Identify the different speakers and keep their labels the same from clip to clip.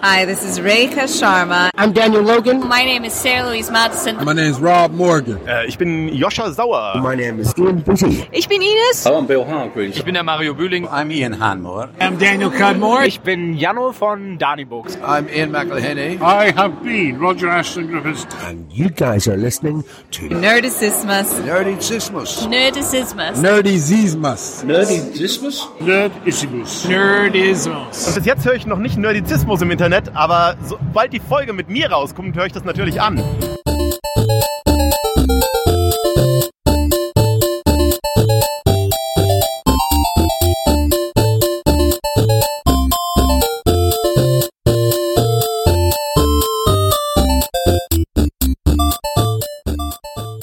Speaker 1: Hi, this is Rekha Sharma.
Speaker 2: I'm Daniel Logan.
Speaker 3: My name is Sarah Louise Madsen.
Speaker 4: My name's Rob Morgan.
Speaker 5: Äh, ich bin Joscha Sauer.
Speaker 2: My name is Ian Booty.
Speaker 3: Ich bin Ines.
Speaker 6: Hello, I'm Bill Hargreaves.
Speaker 7: Ich bin der Mario Bühling.
Speaker 8: I'm Ian Hanmore.
Speaker 9: I'm Daniel Cudmore.
Speaker 10: Ich bin Jano von Danibox.
Speaker 11: I'm Ian McElhenney.
Speaker 12: I have been Roger Ashton Griffiths.
Speaker 2: And you guys are listening to
Speaker 1: Nerdisismus.
Speaker 11: Nerdicismus.
Speaker 3: Nerdisismus.
Speaker 4: Nerdizismus.
Speaker 6: Nerdizismus?
Speaker 11: Nerdismus.
Speaker 9: Nerdismus.
Speaker 5: Bis jetzt höre ich noch nicht Nerdizismus im Internet, aber sobald die Folge mit mir rauskommt, höre ich das natürlich an.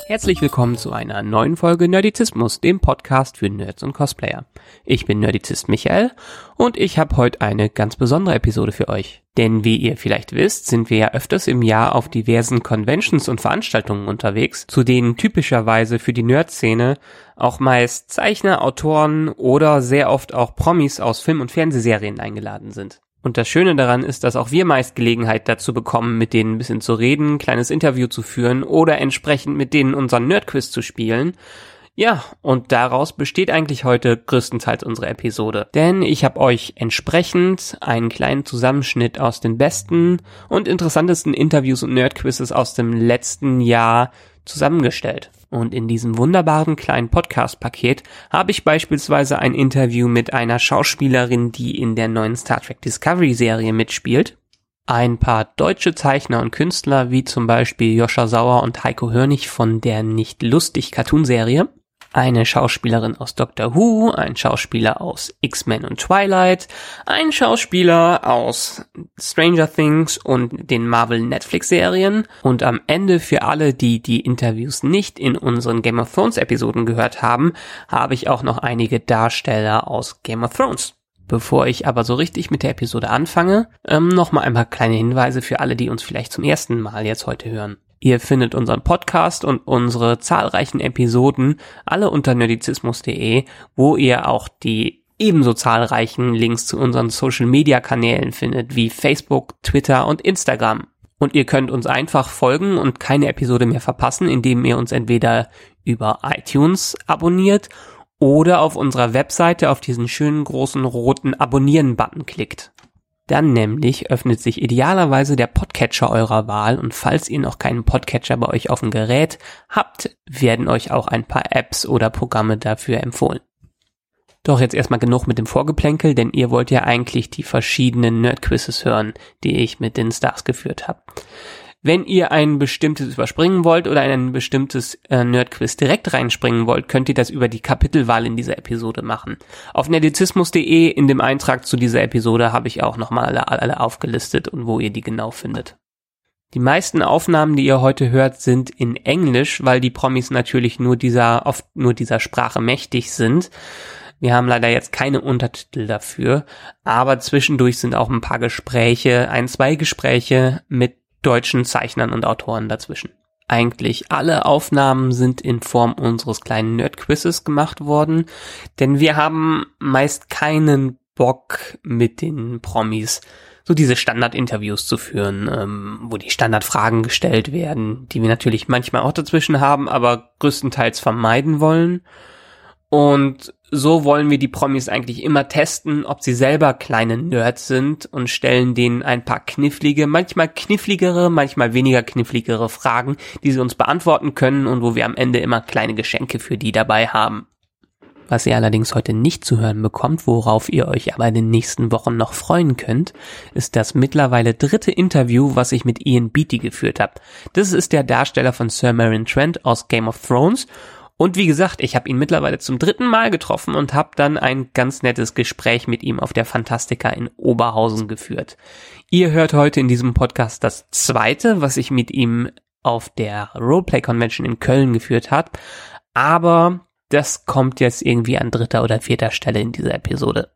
Speaker 13: Herzlich willkommen zu einer neuen Folge Nerdizismus, dem Podcast für Nerds und Cosplayer. Ich bin Nerdizist Michael und ich habe heute eine ganz besondere Episode für euch. Denn wie ihr vielleicht wisst, sind wir ja öfters im Jahr auf diversen Conventions und Veranstaltungen unterwegs, zu denen typischerweise für die Nerd-Szene auch meist Zeichner, Autoren oder sehr oft auch Promis aus Film- und Fernsehserien eingeladen sind. Und das Schöne daran ist, dass auch wir meist Gelegenheit dazu bekommen, mit denen ein bisschen zu reden, ein kleines Interview zu führen oder entsprechend mit denen unseren Nerdquiz zu spielen. Ja, und daraus besteht eigentlich heute größtenteils unsere Episode. Denn ich habe euch entsprechend einen kleinen Zusammenschnitt aus den besten und interessantesten Interviews und Nerdquizzes aus dem letzten Jahr zusammengestellt. Und in diesem wunderbaren kleinen Podcast-Paket habe ich beispielsweise ein Interview mit einer Schauspielerin, die in der neuen Star Trek Discovery Serie mitspielt. Ein paar deutsche Zeichner und Künstler, wie zum Beispiel Joscha Sauer und Heiko Hörnig von der nicht lustig Cartoon-Serie. Eine Schauspielerin aus Doctor Who, ein Schauspieler aus X-Men und Twilight, ein Schauspieler aus Stranger Things und den Marvel Netflix Serien und am Ende für alle, die die Interviews nicht in unseren Game of Thrones Episoden gehört haben, habe ich auch noch einige Darsteller aus Game of Thrones. Bevor ich aber so richtig mit der Episode anfange, ähm, nochmal ein paar kleine Hinweise für alle, die uns vielleicht zum ersten Mal jetzt heute hören. Ihr findet unseren Podcast und unsere zahlreichen Episoden alle unter nerdizismus.de, wo ihr auch die ebenso zahlreichen Links zu unseren Social Media Kanälen findet, wie Facebook, Twitter und Instagram. Und ihr könnt uns einfach folgen und keine Episode mehr verpassen, indem ihr uns entweder über iTunes abonniert oder auf unserer Webseite auf diesen schönen großen roten Abonnieren-Button klickt. Dann nämlich öffnet sich idealerweise der Podcatcher eurer Wahl und falls ihr noch keinen Podcatcher bei euch auf dem Gerät habt, werden euch auch ein paar Apps oder Programme dafür empfohlen. Doch jetzt erstmal genug mit dem Vorgeplänkel, denn ihr wollt ja eigentlich die verschiedenen Nerdquizzes hören, die ich mit den Stars geführt habe. Wenn ihr ein bestimmtes überspringen wollt oder ein bestimmtes äh, Nerdquiz direkt reinspringen wollt, könnt ihr das über die Kapitelwahl in dieser Episode machen. Auf nerdizismus.de in dem Eintrag zu dieser Episode habe ich auch nochmal alle, alle aufgelistet und wo ihr die genau findet. Die meisten Aufnahmen, die ihr heute hört, sind in Englisch, weil die Promis natürlich nur dieser, oft nur dieser Sprache mächtig sind. Wir haben leider jetzt keine Untertitel dafür, aber zwischendurch sind auch ein paar Gespräche, ein, zwei Gespräche mit deutschen Zeichnern und Autoren dazwischen. Eigentlich alle Aufnahmen sind in Form unseres kleinen Nerd-Quizzes gemacht worden, denn wir haben meist keinen Bock mit den Promis so diese Standard-Interviews zu führen, ähm, wo die Standardfragen gestellt werden, die wir natürlich manchmal auch dazwischen haben, aber größtenteils vermeiden wollen. Und so wollen wir die Promis eigentlich immer testen, ob sie selber kleine Nerds sind und stellen denen ein paar knifflige, manchmal kniffligere, manchmal weniger kniffligere Fragen, die sie uns beantworten können und wo wir am Ende immer kleine Geschenke für die dabei haben. Was ihr allerdings heute nicht zu hören bekommt, worauf ihr euch aber in den nächsten Wochen noch freuen könnt, ist das mittlerweile dritte Interview, was ich mit Ian Beatty geführt habe. Das ist der Darsteller von Sir Marin Trent aus Game of Thrones und wie gesagt, ich habe ihn mittlerweile zum dritten Mal getroffen und habe dann ein ganz nettes Gespräch mit ihm auf der Fantastica in Oberhausen geführt. Ihr hört heute in diesem Podcast das zweite, was ich mit ihm auf der Roleplay Convention in Köln geführt hat, aber das kommt jetzt irgendwie an dritter oder vierter Stelle in dieser Episode.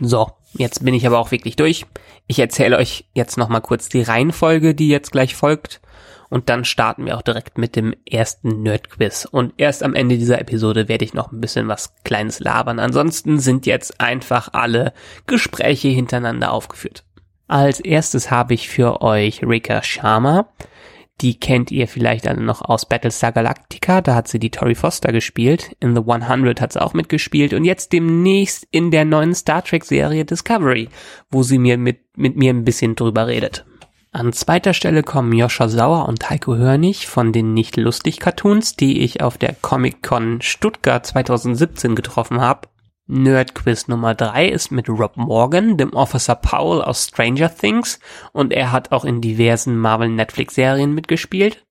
Speaker 13: So, jetzt bin ich aber auch wirklich durch. Ich erzähle euch jetzt nochmal kurz die Reihenfolge, die jetzt gleich folgt. Und dann starten wir auch direkt mit dem ersten Nerdquiz. Und erst am Ende dieser Episode werde ich noch ein bisschen was Kleines labern. Ansonsten sind jetzt einfach alle Gespräche hintereinander aufgeführt. Als erstes habe ich für euch Rika Sharma. Die kennt ihr vielleicht alle noch aus Battlestar Galactica, da hat sie die Tori Foster gespielt. In The 100 hat sie auch mitgespielt und jetzt demnächst in der neuen Star Trek Serie Discovery, wo sie mir mit, mit mir ein bisschen drüber redet. An zweiter Stelle kommen Joscha Sauer und Heiko Hörnig von den Nicht-Lustig-Cartoons, die ich auf der Comic-Con Stuttgart 2017 getroffen habe. Nerd-Quiz Nummer 3 ist mit Rob Morgan, dem Officer Powell aus Stranger Things und er hat auch in diversen Marvel-Netflix-Serien mitgespielt.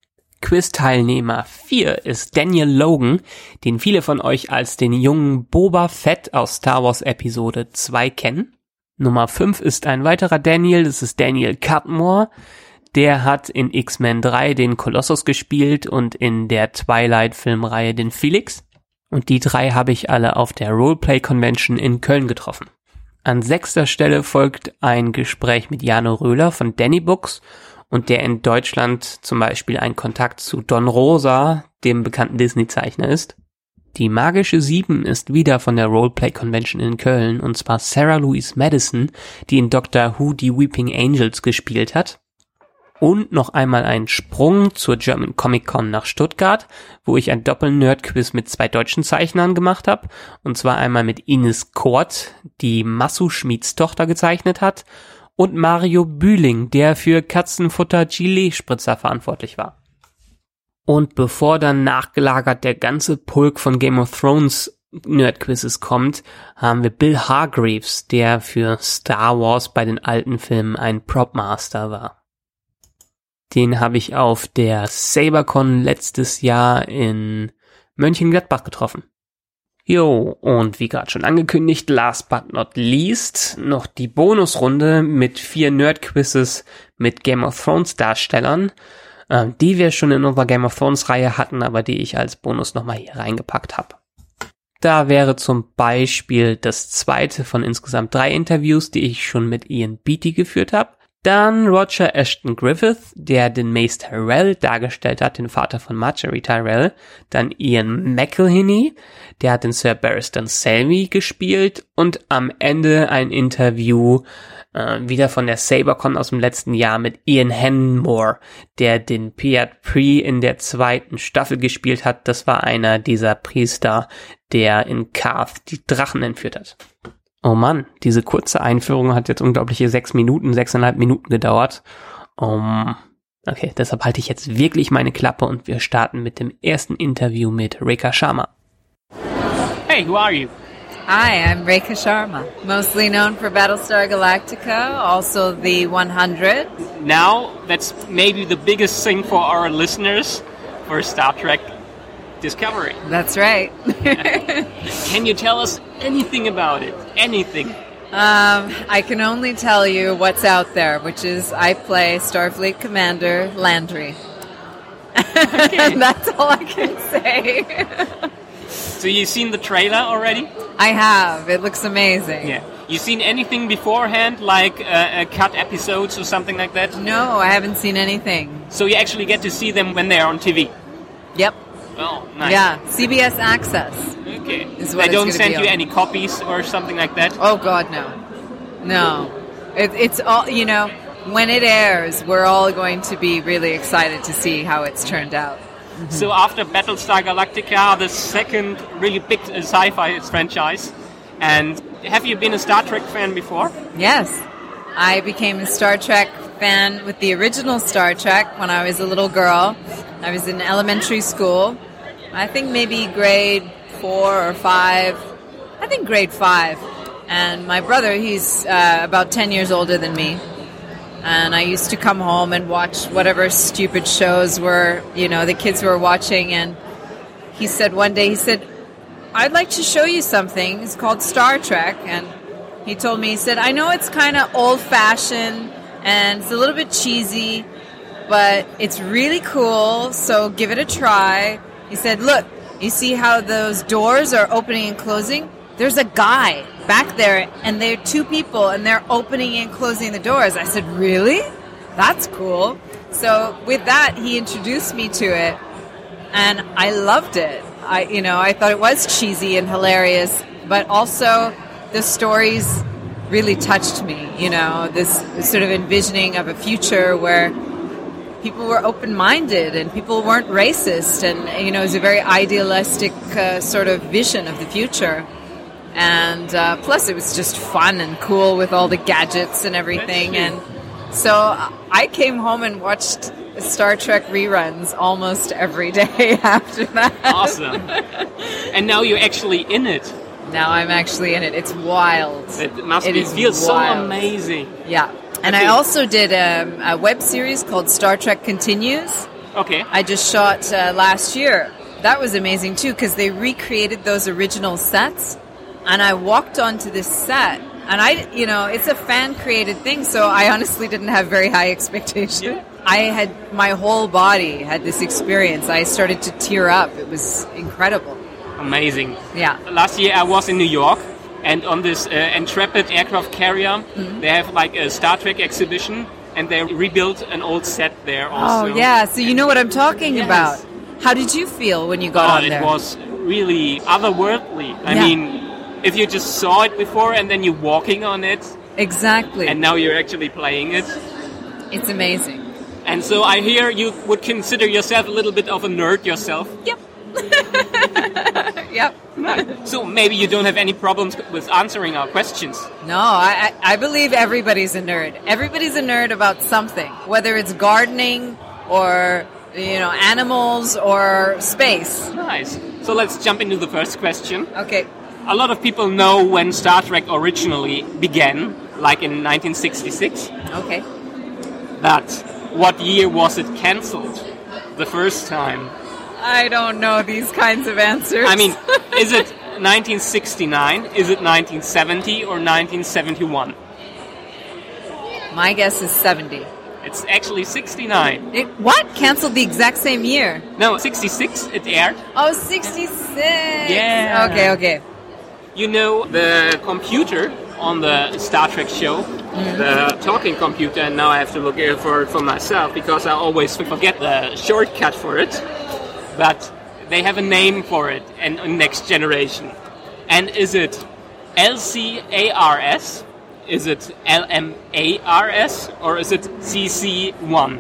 Speaker 13: Quiz-Teilnehmer 4 ist Daniel Logan, den viele von euch als den jungen Boba Fett aus Star Wars Episode 2 kennen. Nummer 5 ist ein weiterer Daniel, das ist Daniel Cutmore. Der hat in X-Men 3 den Kolossus gespielt und in der Twilight-Filmreihe den Felix. Und die drei habe ich alle auf der Roleplay Convention in Köln getroffen. An sechster Stelle folgt ein Gespräch mit Jano Röhler von Danny Books und der in Deutschland zum Beispiel ein Kontakt zu Don Rosa, dem bekannten Disney-Zeichner ist. Die magische Sieben ist wieder von der Roleplay Convention in Köln und zwar Sarah Louise Madison, die in Doctor Who die Weeping Angels gespielt hat. Und noch einmal ein Sprung zur German Comic Con nach Stuttgart, wo ich ein Doppel-Nerd-Quiz mit zwei deutschen Zeichnern gemacht habe. Und zwar einmal mit Ines Kort, die Massu Schmieds Tochter gezeichnet hat, und Mario Bühling, der für Katzenfutter Gilet-Spritzer verantwortlich war. Und bevor dann nachgelagert der ganze Pulk von Game of Thrones Nerdquizzes kommt, haben wir Bill Hargreaves, der für Star Wars bei den alten Filmen ein Propmaster war. Den habe ich auf der SaberCon letztes Jahr in Mönchengladbach getroffen. Jo, und wie gerade schon angekündigt, last but not least, noch die Bonusrunde mit vier Nerdquizzes mit Game of Thrones Darstellern, äh, die wir schon in unserer Game of Thrones Reihe hatten, aber die ich als Bonus nochmal hier reingepackt habe. Da wäre zum Beispiel das zweite von insgesamt drei Interviews, die ich schon mit Ian Beatty geführt habe. Dann Roger Ashton Griffith, der den Mace Tyrell dargestellt hat, den Vater von Marjorie Tyrell. Dann Ian McElhinney, der hat den Sir Barristan Selmy gespielt. Und am Ende ein Interview äh, wieder von der SaberCon aus dem letzten Jahr mit Ian Henmore, der den Piat Pri in der zweiten Staffel gespielt hat. Das war einer dieser Priester, der in Carth die Drachen entführt hat. Oh Mann, diese kurze Einführung hat jetzt unglaubliche sechs Minuten, sechseinhalb Minuten gedauert. Um, okay, deshalb halte ich jetzt wirklich meine Klappe und wir starten mit dem ersten Interview mit Rekha Sharma.
Speaker 10: Hey, who are you?
Speaker 1: Hi, I'm Rekha Sharma, mostly known for Battlestar Galactica, also the 100.
Speaker 10: Now, that's maybe the biggest thing for our listeners for Star Trek Discovery.
Speaker 1: That's right.
Speaker 10: Can you tell us anything about it? Anything?
Speaker 1: um, I can only tell you what's out there, which is I play Starfleet Commander Landry. and that's all I can say.
Speaker 10: So you've seen the trailer already?
Speaker 1: I have. It looks amazing.
Speaker 10: Yeah. You seen anything beforehand, like uh, uh, cut episodes or something like that?
Speaker 1: No, I haven't seen anything.
Speaker 10: So you actually get to see them when they're on TV.
Speaker 1: Yep.
Speaker 10: Oh, nice.
Speaker 1: Yeah, CBS Access.
Speaker 10: Okay.
Speaker 1: Is what
Speaker 10: they
Speaker 1: it's
Speaker 10: don't
Speaker 1: gonna
Speaker 10: send
Speaker 1: be
Speaker 10: you
Speaker 1: on.
Speaker 10: any copies or something like that.
Speaker 1: Oh God, no, no. It, it's all you know. When it airs, we're all going to be really excited to see how it's turned out.
Speaker 10: So after Battlestar Galactica, the second really big uh, sci-fi franchise, and have you been a Star Trek fan before?
Speaker 1: Yes, I became a Star Trek fan with the original Star Trek when I was a little girl. I was in elementary school. I think maybe grade four or five. I think grade five. And my brother, he's uh, about 10 years older than me. And I used to come home and watch whatever stupid shows were, you know, the kids were watching. And he said one day, he said, I'd like to show you something. It's called Star Trek. And he told me, he said, I know it's kind of old fashioned and it's a little bit cheesy, but it's really cool. So give it a try. He said, Look, you see how those doors are opening and closing? There's a guy back there, and they're two people, and they're opening and closing the doors. I said, Really? That's cool. So with that, he introduced me to it and I loved it. I, you know, I thought it was cheesy and hilarious, but also the stories really touched me, you know, this sort of envisioning of a future where people were open minded and people weren't racist. And, you know, it was a very idealistic uh, sort of vision of the future. And uh, plus, it was just fun and cool with all the gadgets and everything. And so I came home and watched Star Trek reruns almost every day after that.
Speaker 10: Awesome. and now you're actually in it.
Speaker 1: Now I'm actually in it. It's wild.
Speaker 10: It must
Speaker 1: It
Speaker 10: be
Speaker 1: is
Speaker 10: feels so
Speaker 1: wild.
Speaker 10: amazing.
Speaker 1: Yeah. And
Speaker 10: Okay.
Speaker 1: I also did um, a web series called Star Trek Continues.
Speaker 10: Okay.
Speaker 1: I just shot uh, last year. That was amazing too because they recreated those original sets, and I walked onto this set, and I, you know, it's a fan created thing, so I honestly didn't have very high expectations. I had my whole body had this experience. I started to tear up. It was incredible.
Speaker 10: Amazing.
Speaker 1: Yeah.
Speaker 10: Last year I was in New York, and on this uh, Intrepid aircraft carrier,
Speaker 1: Mm-hmm.
Speaker 10: they have like a Star Trek exhibition, and they rebuilt an old set there
Speaker 1: Oh
Speaker 10: also.
Speaker 1: yeah, so you know what I'm talking
Speaker 10: Yes.
Speaker 1: about. How did you feel when you got
Speaker 10: Oh,
Speaker 1: on there?
Speaker 10: it was really otherworldly. I
Speaker 1: Yeah.
Speaker 10: mean, if you just saw it before and then you're walking on it,
Speaker 1: exactly.
Speaker 10: and now you're actually playing it.
Speaker 1: it's amazing.
Speaker 10: And so I hear you would consider yourself a little bit of a nerd yourself.
Speaker 1: Yep. yep.
Speaker 10: So maybe you don't have any problems with answering our questions.
Speaker 1: No, I, I I believe everybody's a nerd. Everybody's a nerd about something, whether it's gardening or you know animals or space.
Speaker 10: Nice. So let's jump into the first question.
Speaker 1: Okay,
Speaker 10: A lot of people know when Star Trek originally began, like in 1966,
Speaker 1: okay.
Speaker 10: but what year was it cancelled the first time?
Speaker 1: I don't know these kinds of answers.
Speaker 10: I mean, is it 1969, is it 1970, or 1971?
Speaker 1: my guess is seventy.
Speaker 10: It's actually 69.
Speaker 1: It, what canceled the exact same year?
Speaker 10: No, 66 it aired.
Speaker 1: Oh, 66.
Speaker 10: Yeah.
Speaker 1: Okay, okay.
Speaker 10: You know the computer on the Star Trek show, the talking computer, and now I have to look it for it for myself because I always forget the shortcut for it. But they have a name for it and in Next Generation. And is it LCARS? Is it LMARS? Or is it CC1?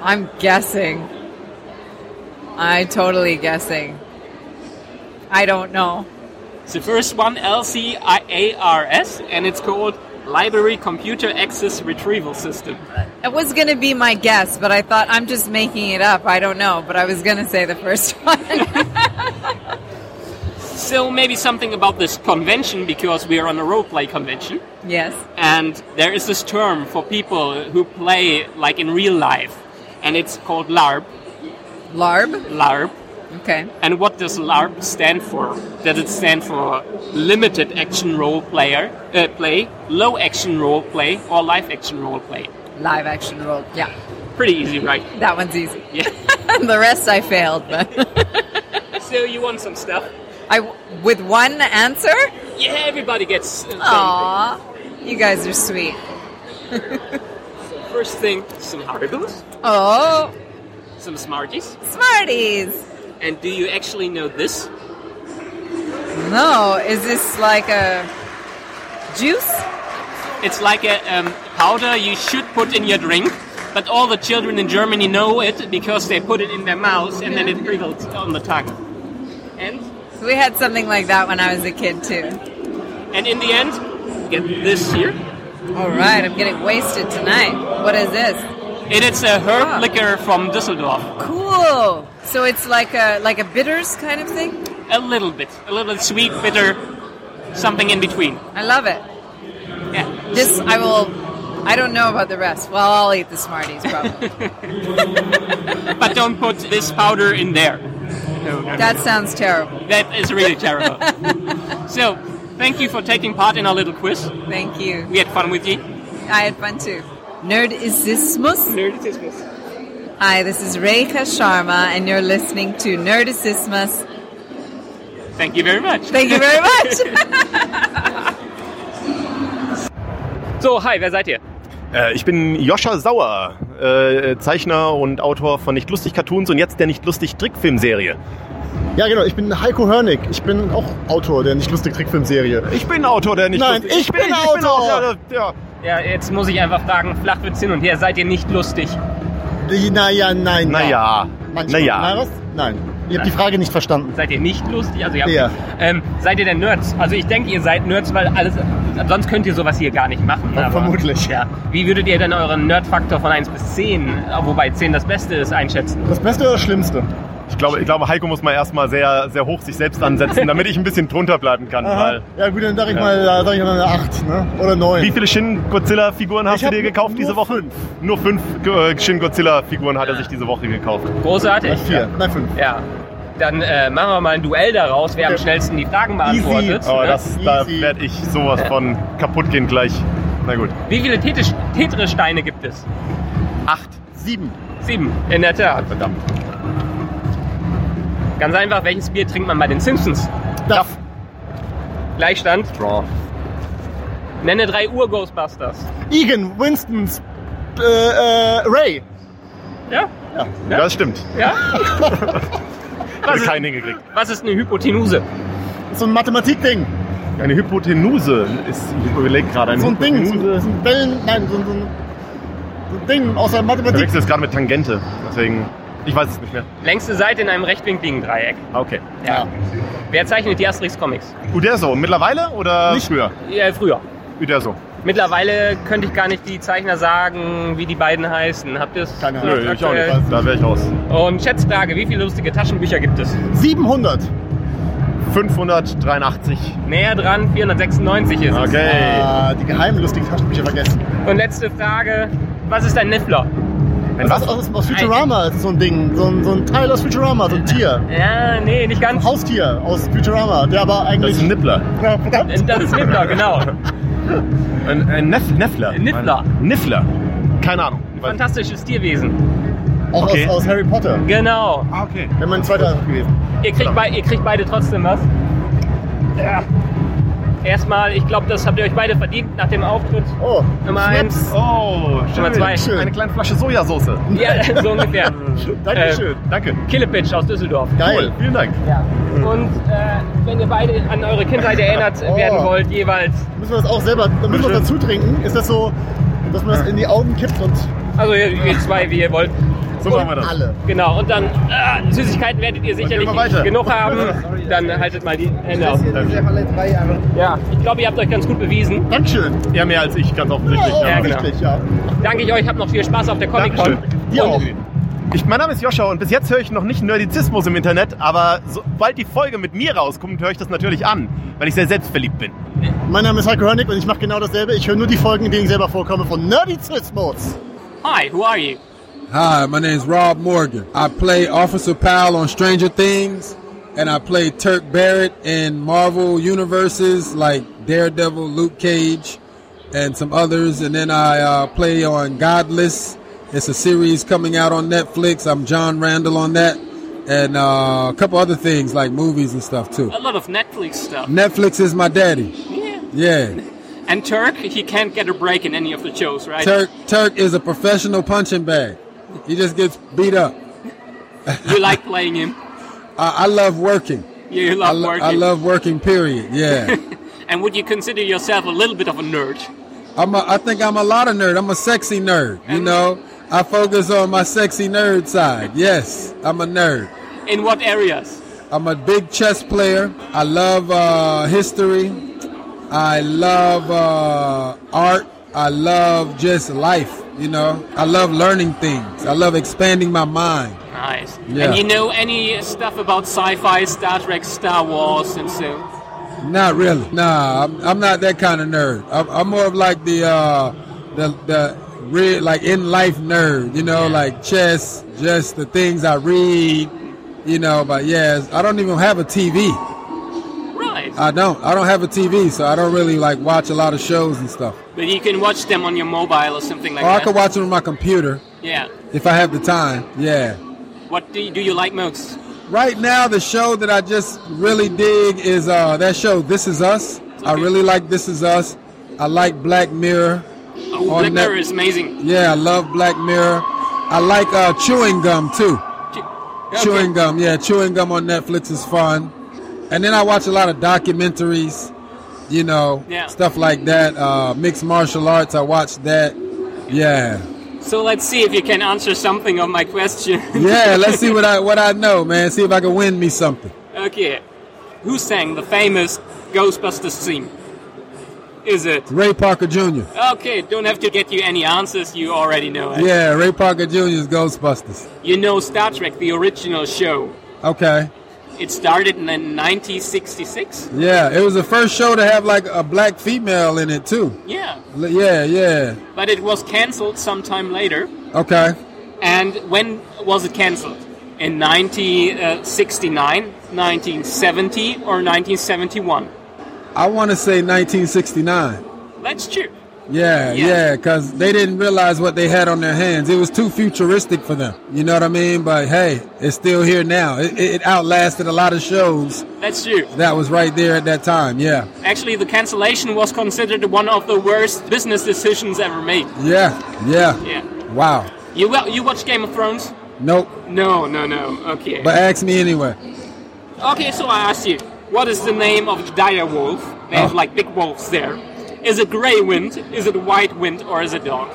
Speaker 1: I'm guessing. I totally guessing. I don't know.
Speaker 10: The first one, LCARS, and it's called Library Computer Access Retrieval System.
Speaker 1: It was going to be my guess, but I thought I'm just making it up. I don't know, but I was going to say the first one.
Speaker 10: So maybe something about this convention because we are on a roleplay convention,
Speaker 1: yes.
Speaker 10: and there is this term for people who play like in real life, and it's called LARP.
Speaker 1: LARB.
Speaker 10: LARP.
Speaker 1: Okay.
Speaker 10: And what does LARP stand for? Does it stand for limited action role player uh, play, low action role play, or live action role play?
Speaker 1: Live action roll. Yeah.
Speaker 10: Pretty easy, right?
Speaker 1: That one's easy.
Speaker 10: Yeah.
Speaker 1: the rest I failed, but
Speaker 10: so you want some stuff?
Speaker 1: I with one answer?
Speaker 10: Yeah, everybody gets. uh, something.
Speaker 1: Aw. You guys are sweet.
Speaker 10: First thing, some Haribos,
Speaker 1: Oh,
Speaker 10: some Smarties,
Speaker 1: Smarties.
Speaker 10: and do you actually know this?
Speaker 1: No, is this like a juice?
Speaker 10: It's like a um, powder you should put in your drink, but all the children in Germany know it because they put it in their mouths and then it prickles on the tongue. And
Speaker 1: We had something like that when I was a kid too.
Speaker 10: and in the end, get this here.
Speaker 1: All right, I'm getting wasted tonight. What is this?
Speaker 10: It is a herb
Speaker 1: Ah.
Speaker 10: liquor from Düsseldorf.
Speaker 1: Cool. So it's like a like a bitters kind of thing.
Speaker 10: A little bit, a little sweet, bitter, something in between.
Speaker 1: I love it.
Speaker 10: Yeah.
Speaker 1: This I will. I don't know about the rest. Well, I'll eat the Smarties probably.
Speaker 10: But don't put this powder in there. No, no.
Speaker 1: that sounds terrible.
Speaker 10: That is really terrible. so, thank you for taking part in our little quiz.
Speaker 1: Thank you.
Speaker 10: We had fun with you.
Speaker 1: I had fun too. Nerdicismus.
Speaker 10: Nerditismus.
Speaker 1: Hi, this is Rekha Sharma, and you're listening to Nerdicismus.
Speaker 10: Thank you very much.
Speaker 1: Thank you very much.
Speaker 10: So, hi, wer seid ihr?
Speaker 5: Äh, ich bin Joscha Sauer, äh, Zeichner und Autor von Nicht lustig Cartoons und jetzt der Nicht lustig Trickfilmserie.
Speaker 6: Ja, genau, ich bin Heiko Hörnig. Ich bin auch Autor der nicht lustig Trickfilmserie.
Speaker 5: Ich bin Autor der nicht
Speaker 6: Nein,
Speaker 5: lustig-
Speaker 6: ich bin,
Speaker 5: ich bin
Speaker 6: Autor.
Speaker 5: Autor ja,
Speaker 10: Ja, jetzt muss ich einfach fragen, Flachwitz hin und her, seid ihr nicht lustig?
Speaker 6: Naja, nein.
Speaker 10: Naja.
Speaker 6: Manchmal.
Speaker 10: Naja.
Speaker 6: Nein, was? Nein. Ihr habt die Frage nicht verstanden.
Speaker 10: Seid ihr nicht lustig? Also ihr habt,
Speaker 6: Ja.
Speaker 10: ähm, seid ihr denn Nerds? Also ich denke, ihr seid Nerds, weil alles, sonst könnt ihr sowas hier gar nicht machen. Aber, vermutlich. Ja. Wie würdet ihr denn euren Nerd-Faktor von 1 bis 10, äh, wobei 10 das Beste ist, einschätzen?
Speaker 6: Das Beste oder Schlimmste?
Speaker 5: Ich glaube, ich glaube Heiko muss mal erstmal sehr, sehr hoch sich selbst ansetzen, damit ich ein bisschen drunter bleiben kann.
Speaker 6: Aha.
Speaker 5: Weil
Speaker 6: Ja gut, dann sag ich
Speaker 5: Ja.
Speaker 6: mal, da sag ich mal eine 8, ne? Oder 9.
Speaker 5: Wie viele Shin-Godzilla-Figuren
Speaker 6: Ich
Speaker 5: hast du dir
Speaker 6: hab
Speaker 5: gekauft diese Woche? Nur fünf äh, Shin-Godzilla-Figuren hat er sich diese Woche gekauft.
Speaker 10: Großartig.
Speaker 5: Nein, vier.
Speaker 6: Nein, fünf.
Speaker 10: Ja. Dann äh, machen wir mal ein Duell daraus, wer am schnellsten die Fragen beantwortet.
Speaker 5: Aber
Speaker 10: ne?
Speaker 5: Oh, das, da werde ich sowas von kaputt gehen gleich. Na gut.
Speaker 10: Wie viele Tetris- Tetris-Steine gibt es?
Speaker 5: Acht.
Speaker 6: Sieben.
Speaker 10: Sieben, in der Tat. Verdammt. Ganz einfach, welches Bier trinkt man bei den Simpsons?
Speaker 6: Duff.
Speaker 10: Gleichstand. Draw. Nenne drei Ur-Ghostbusters.
Speaker 6: Egan, Winston, äh, äh, Ray.
Speaker 10: Ja?
Speaker 6: Ja.
Speaker 5: Das stimmt.
Speaker 10: Ja?
Speaker 5: Habe keinen hingekriegt.
Speaker 10: Was ist eine Hypotenuse?
Speaker 6: So ein Mathematikding.
Speaker 5: Eine Hypotenuse ist, ich überlege gerade, eine
Speaker 6: So ein Ding, so,
Speaker 5: Hypotenuse.
Speaker 6: so ein Bellen, nein, so, so, ein- so ein Ding aus der
Speaker 5: Ich
Speaker 6: Mathematik.
Speaker 5: verwechsel es gerade mit Tangente. Deswegen, ich weiß es nicht mehr.
Speaker 10: Längste Seite in einem rechtwinkligen Dreieck.
Speaker 5: Okay.
Speaker 10: Ja. Wer zeichnet die Asterix-Comics?
Speaker 5: Uderso, mittlerweile oder nicht. früher?
Speaker 10: Ja, früher.
Speaker 5: Uderso.
Speaker 10: Mittlerweile könnte ich gar nicht die Zeichner sagen, wie die beiden heißen. Habt ihr es? Keine
Speaker 5: Nö, ich auch
Speaker 10: Äh,
Speaker 5: nicht. Da wäre ich raus.
Speaker 10: Und Schätzfrage, wie viele lustige Taschenbücher gibt es?
Speaker 6: 700.
Speaker 5: 583.
Speaker 10: Näher dran, 496 ist es.
Speaker 5: Okay.
Speaker 6: Ah, die geheimen lustigen Taschenbücher vergessen.
Speaker 10: Und letzte Frage, was ist ein Niffler?
Speaker 5: Ein
Speaker 6: was? Aus, aus Futurama ist so ein Ding. So ein, so ein Teil aus Futurama, so ein Tier.
Speaker 10: Ja, nee, nicht ganz.
Speaker 6: Ein Haustier aus Futurama, der aber
Speaker 5: Das
Speaker 6: eigentlich.
Speaker 5: ist ein Nippler.
Speaker 6: Ja, verdammt.
Speaker 10: Das ist Niffler, genau.
Speaker 5: Ein, ein Neff, Neffler.
Speaker 10: Niffler.
Speaker 5: Niffler. Keine Ahnung. Ich weiß-
Speaker 10: Fantastisches Tierwesen.
Speaker 6: Auch
Speaker 5: Okay.
Speaker 6: aus, aus Harry Potter.
Speaker 10: Genau.
Speaker 5: Ah, okay.
Speaker 6: Wenn man zweiter gewesen.
Speaker 10: Ihr kriegt, bei, ihr kriegt beide trotzdem was. Ja. Erstmal, ich glaube, das habt ihr euch beide verdient nach dem Auftritt.
Speaker 6: Oh,
Speaker 10: Nummer
Speaker 6: Schnaps.
Speaker 10: eins.
Speaker 5: Oh, schön.
Speaker 10: Nummer zwei.
Speaker 6: Schön.
Speaker 5: Eine kleine Flasche Sojasauce.
Speaker 10: Ja, so ungefähr.
Speaker 6: Dankeschön.
Speaker 5: Danke.
Speaker 10: Killepitch aus Düsseldorf.
Speaker 6: Geil.
Speaker 5: Vielen Dank.
Speaker 10: Und äh, wenn ihr beide an eure Kindheit erinnert
Speaker 6: Oh.
Speaker 10: werden wollt, jeweils.
Speaker 6: Müssen wir das auch selber, müssen wir das dazu trinken? Ist das so, dass man das in die Augen kippt und
Speaker 10: Also ihr, ihr zwei, wie ihr wollt.
Speaker 5: So machen wir das.
Speaker 6: alle?
Speaker 10: Genau, und dann äh, Süßigkeiten werdet ihr
Speaker 5: gehen
Speaker 10: sicherlich
Speaker 5: wir
Speaker 10: nicht
Speaker 5: weiter.
Speaker 10: genug haben. Dann haltet mal die Hände auf. Ja, ich glaube, ihr habt euch ganz gut bewiesen.
Speaker 6: Dankeschön.
Speaker 5: Ja, mehr als ich, ganz offensichtlich.
Speaker 6: oh,
Speaker 10: Ja, genau.
Speaker 6: richtig, ja.
Speaker 10: Danke ich euch, habt noch viel Spaß auf der Comic-Con.
Speaker 5: Dankeschön.
Speaker 6: Dir auch.
Speaker 5: Ich, mein Name ist Joscha und bis jetzt höre ich noch nicht Nerdizismus im Internet, aber sobald die Folge mit mir rauskommt, höre ich das natürlich an, weil ich sehr selbstverliebt bin.
Speaker 6: Mein Name ist Heiko Hörnig und ich mache genau dasselbe. Ich höre nur die Folgen, in denen ich selber vorkomme, von Nerdizismus.
Speaker 10: Hi, who are you?
Speaker 4: Hi, my name's Rob Morgan. I play Officer Powell on Stranger Things, and I play Turk Barrett in Marvel universes like Daredevil, Luke Cage, and some others. And then I uh, play on Godless. It's a series coming out on Netflix. I'm John Randall on that, and uh, a couple other things like movies and stuff too.
Speaker 10: A lot of Netflix stuff.
Speaker 4: Netflix is my daddy.
Speaker 10: Yeah.
Speaker 4: Yeah.
Speaker 10: And Turk, he can't get a break in any of the shows, right?
Speaker 4: Turk Turk is a professional punching bag. He just gets beat up.
Speaker 10: You like playing him.
Speaker 4: I, I love working.
Speaker 10: You
Speaker 4: I,
Speaker 10: love
Speaker 4: lo-
Speaker 10: working.
Speaker 4: I love working. Period. Yeah.
Speaker 10: And would you consider yourself a little bit of a nerd?
Speaker 4: I'm. A, I think I'm a lot of nerd. I'm a sexy nerd. You know. I focus on my sexy nerd side. Yes, I'm a nerd.
Speaker 10: In what areas?
Speaker 4: I'm a big chess player. I love uh, history. I love uh, art. I love just life. You know. I love learning things. I love expanding my mind.
Speaker 10: Nice.
Speaker 4: Yeah.
Speaker 10: And you know any stuff about sci-fi, Star Trek, Star Wars, and so?
Speaker 4: Not really. Nah, I'm, I'm not that kind of nerd. I'm, I'm more of like the uh, the the real like in life nerd. You know, like chess, just the things I read. You know, but yeah, I don't even have a TV.
Speaker 10: Right.
Speaker 4: I don't. I don't have a TV, so I don't really like watch a lot of shows and stuff.
Speaker 10: But you can watch them on your mobile or something like
Speaker 4: or Oh, I
Speaker 10: that.
Speaker 4: could watch it on my computer
Speaker 10: Yeah.
Speaker 4: if I have the time. Yeah.
Speaker 10: What do you, do you like most?
Speaker 4: Right now, the show that I just really dig is uh, that show, This Is Us. I really like This Is Us. I like Black Mirror.
Speaker 10: Oh,
Speaker 4: On
Speaker 10: Black
Speaker 4: Net-
Speaker 10: Mirror is amazing.
Speaker 4: Yeah, I love Black Mirror. I like uh, chewing gum too. Chewing gum, yeah, chewing gum on Netflix is fun. And then I watch a lot of documentaries, you know,
Speaker 10: Yeah.
Speaker 4: stuff like that. Uh, mixed martial arts, I watch that. Yeah,
Speaker 10: So let's see if you can answer something of my question.
Speaker 4: yeah. let's see what I what I know, man. See if I can win me something.
Speaker 10: Okay. Who sang the famous Ghostbusters theme? Is it?
Speaker 4: Ray Parker Jr.
Speaker 10: Okay, don't have to get you any answers, you already know it.
Speaker 4: Yeah, Ray Parker Jr.'s Ghostbusters.
Speaker 10: You know Star Trek, the original show.
Speaker 4: Okay.
Speaker 10: It started in 1966?
Speaker 4: Yeah, it was the first show to have like a black female in it too.
Speaker 10: Yeah.
Speaker 4: L- Yeah, yeah.
Speaker 10: But it was cancelled sometime later.
Speaker 4: Okay.
Speaker 10: And when was it cancelled? In 1969, 1970, or 1971?
Speaker 4: I want to say 1969.
Speaker 10: Let's cheer.
Speaker 4: Yeah, yeah, because they didn't realize what they had on their hands. It was too futuristic for them. You know what I mean? But hey, it's still here now. It, it it outlasted a lot of shows
Speaker 10: Let's cheer.
Speaker 4: that was right there at that time. Yeah,
Speaker 10: Actually, the cancellation was considered one of the worst business decisions ever made.
Speaker 4: yeah, yeah.
Speaker 10: Yeah.
Speaker 4: Wow.
Speaker 10: You well, you watch Game of Thrones?
Speaker 4: Nope.
Speaker 10: No, no, no. Okay.
Speaker 4: But uh, ask me anyway.
Speaker 10: okay, so I ask you, what is the name of dire wolf? They
Speaker 4: Oh.
Speaker 10: have like big wolves there. Is it grey wind? Is it white wind? Or is it dog?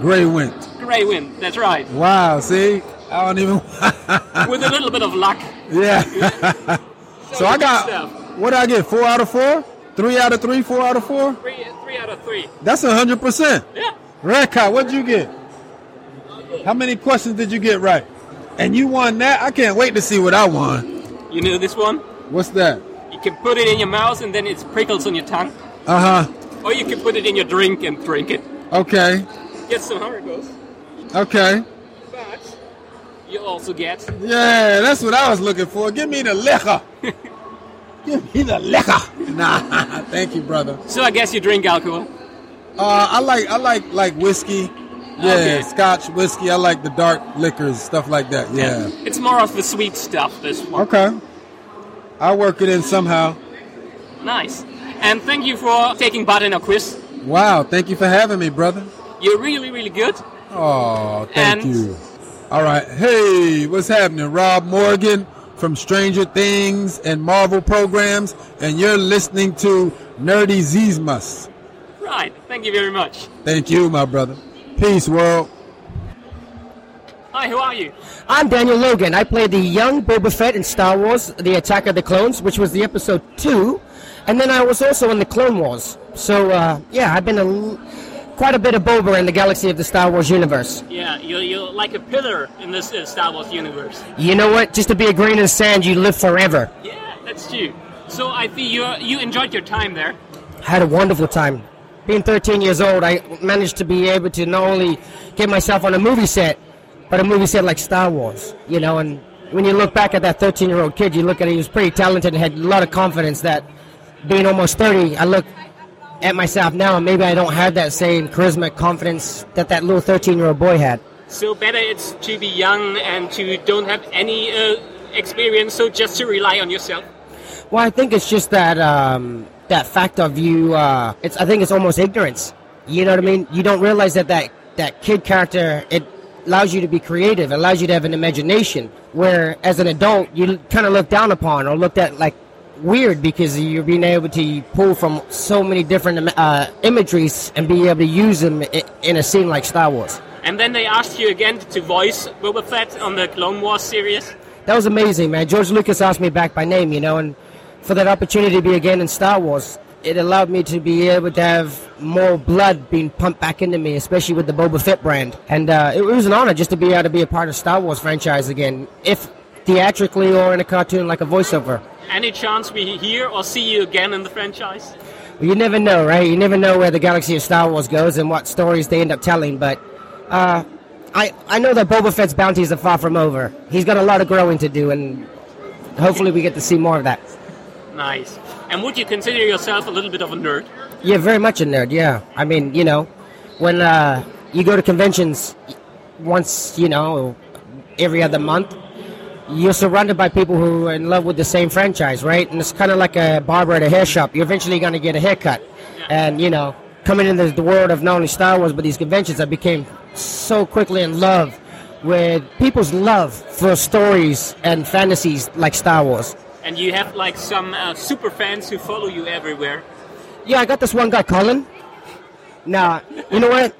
Speaker 4: Gray went.
Speaker 10: Grey wind. That's right.
Speaker 4: Wow. See, I don't even.
Speaker 10: With a little bit of luck.
Speaker 4: yeah. Uh, so I got. What did I get? Four out of four? Three out of three? Four out of four?
Speaker 10: Three, three out of three.
Speaker 4: That's a hundred percent.
Speaker 10: Yeah.
Speaker 4: Redcott, what'd you get? How many questions did you get right? And you won that. I can't wait to see what I won.
Speaker 10: You know this one?
Speaker 4: What's that?
Speaker 10: You can put it in your mouth and then it prickles on your tongue.
Speaker 4: Uh huh.
Speaker 10: Or you can put it in your drink and drink it.
Speaker 4: Okay.
Speaker 10: Guess so how it goes.
Speaker 4: Okay.
Speaker 10: But you also get
Speaker 4: Yeah, that's what I was looking for. Give me the liquor. Give me the liquor. Nah, thank you, brother.
Speaker 10: So I guess you drink alcohol.
Speaker 4: Uh, I like I like like whiskey. Yeah,
Speaker 10: Okay.
Speaker 4: Scotch whiskey. I like the dark liquors, stuff like that. Yeah.
Speaker 10: It's more of the sweet stuff, this one.
Speaker 4: Okay. I work it in somehow.
Speaker 10: Nice. And thank you for taking part in our quiz.
Speaker 4: Wow, thank you for having me, brother.
Speaker 10: You're really, really good.
Speaker 4: Oh, thank
Speaker 10: And-
Speaker 4: you. All right. Hey, what's happening? Rob Morgan from Stranger Things and Marvel programs, and you're listening to Nerdy Zizmas.
Speaker 10: Right. Thank you very much.
Speaker 4: Thank you, my brother. Peace, world.
Speaker 10: Hi, who are you?
Speaker 7: I'm Daniel Logan. I play the young Boba Fett in Star Wars: The Attack of the Clones, which was the episode two, and then I was also in the Clone Wars. So uh, yeah, I've been a l- quite a bit of Boba in the galaxy of the Star Wars universe.
Speaker 10: Yeah, you're, you're like a pillar in this uh, Star Wars universe.
Speaker 7: You know what? Just to be a grain of sand, you live forever.
Speaker 10: Yeah, that's you. So I see you you enjoyed your time there.
Speaker 7: had a wonderful time. Being 13 years old, I managed to be able to not only get myself on a movie set, but a movie set like Star Wars, you know. And when you look back at that 13 year old kid, you look at it, he was pretty talented and had a lot of confidence that being almost 30, I look at myself now and maybe I don't have that same charisma, confidence that that little 13 year old boy had.
Speaker 10: So better it's to be young and to don't have any uh, experience, so just to rely on yourself.
Speaker 7: Well, I think it's just that um, that fact of you. Uh, it's I think it's almost ignorance. You know what I mean? You don't realize that that that kid character it allows you to be creative, allows you to have an imagination. Where as an adult, you kind of look down upon or looked at like weird because you're being able to pull from so many different im- uh, imageries and be able to use them i- in a scene like Star Wars.
Speaker 10: And then they asked you again to voice Boba Fett on the Clone Wars series.
Speaker 7: That was amazing, man. George Lucas asked me back by name, you know, and for that opportunity to be again in Star Wars, it allowed me to be able to have more blood being pumped back into me, especially with the Boba Fett brand. And uh, it was an honor just to be able to be a part of Star Wars franchise again, if theatrically or in a cartoon like a voiceover.
Speaker 10: Any chance we hear or see you again in the franchise?
Speaker 7: You never know, right? You never know where the galaxy of Star Wars goes and what stories they end up telling, but uh, I, I know that Boba Fett's bounties are far from over. He's got a lot of growing to do, and hopefully we get to see more of that.
Speaker 10: Nice. And would you consider yourself a little bit of a nerd?
Speaker 7: Yeah, very much a nerd. Yeah, I mean, you know, when uh, you go to conventions once, you know, every other month, you're surrounded by people who are in love with the same franchise, right? And it's kind of like a barber at a hair shop. You're eventually going to get a haircut, and you know, coming into the world of not only Star Wars but these conventions, I became so quickly in love with people's love for stories and fantasies like Star Wars.
Speaker 10: And you have like some uh, super fans who follow you everywhere.
Speaker 7: Yeah, I got this one guy, Colin. Now, you know what?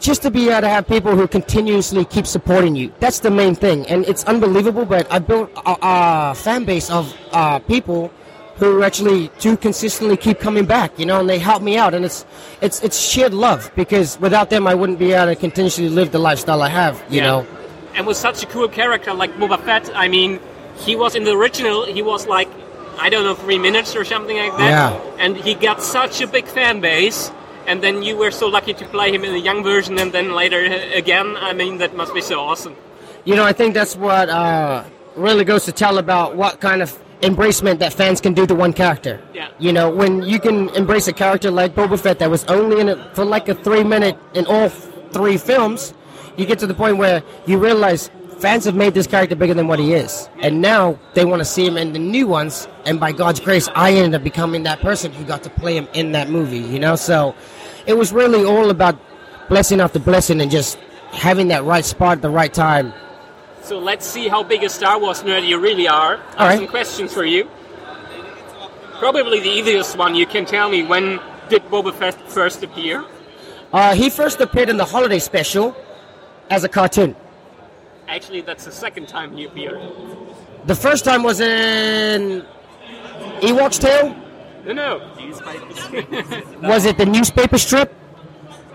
Speaker 7: Just to be able to have people who continuously keep supporting you, that's the main thing. And it's unbelievable, but I built a, a fan base of uh, people who actually do consistently keep coming back, you know, and they help me out. And it's, it's, it's shared love because without them, I wouldn't be able to continuously live the lifestyle I have, you
Speaker 10: Yeah.
Speaker 7: know.
Speaker 10: And with such a cool character like Boba Fett, I mean, he was in the original, he was like, I don't know, three minutes or something like that.
Speaker 7: Yeah.
Speaker 10: And he got such a big fan base. And then you were so lucky to play him in the young version and then later uh, again. I mean, that must be so awesome.
Speaker 7: You know, I think that's what uh, really goes to tell about what kind of embracement that fans can do to one character.
Speaker 10: Yeah.
Speaker 7: You know, when you can embrace a character like Boba Fett that was only in it for like a three minute in all three films, you get to the point where you realize fans have made this character bigger than what he is. And now they want to see him in the new ones. And by God's grace, I ended up becoming that person who got to play him in that movie, you know? So it was really all about blessing after blessing and just having that right spot at the right time
Speaker 10: So let's see how big a Star Wars nerd you really are. I have
Speaker 7: right.
Speaker 10: some questions for you. Probably the easiest one you can tell me when did Boba Fett first appear?
Speaker 7: Uh, he first appeared in the holiday special as a cartoon.
Speaker 10: Actually, that's the second time he appeared.
Speaker 7: The first time was in Ewok's Tale.
Speaker 10: No, no.
Speaker 7: Was it the newspaper strip?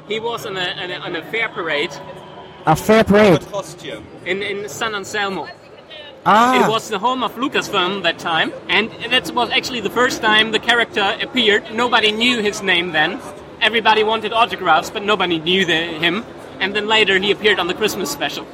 Speaker 10: He was on a, on a, on a fair parade
Speaker 7: A fair parade.
Speaker 10: in, in San Anselmo.
Speaker 7: Ah.
Speaker 10: It was the home of Lucasfilm that time, and that was actually the first time the character appeared. Nobody knew his name then. Everybody wanted autographs, but nobody knew the, him. And then later he appeared on the Christmas special.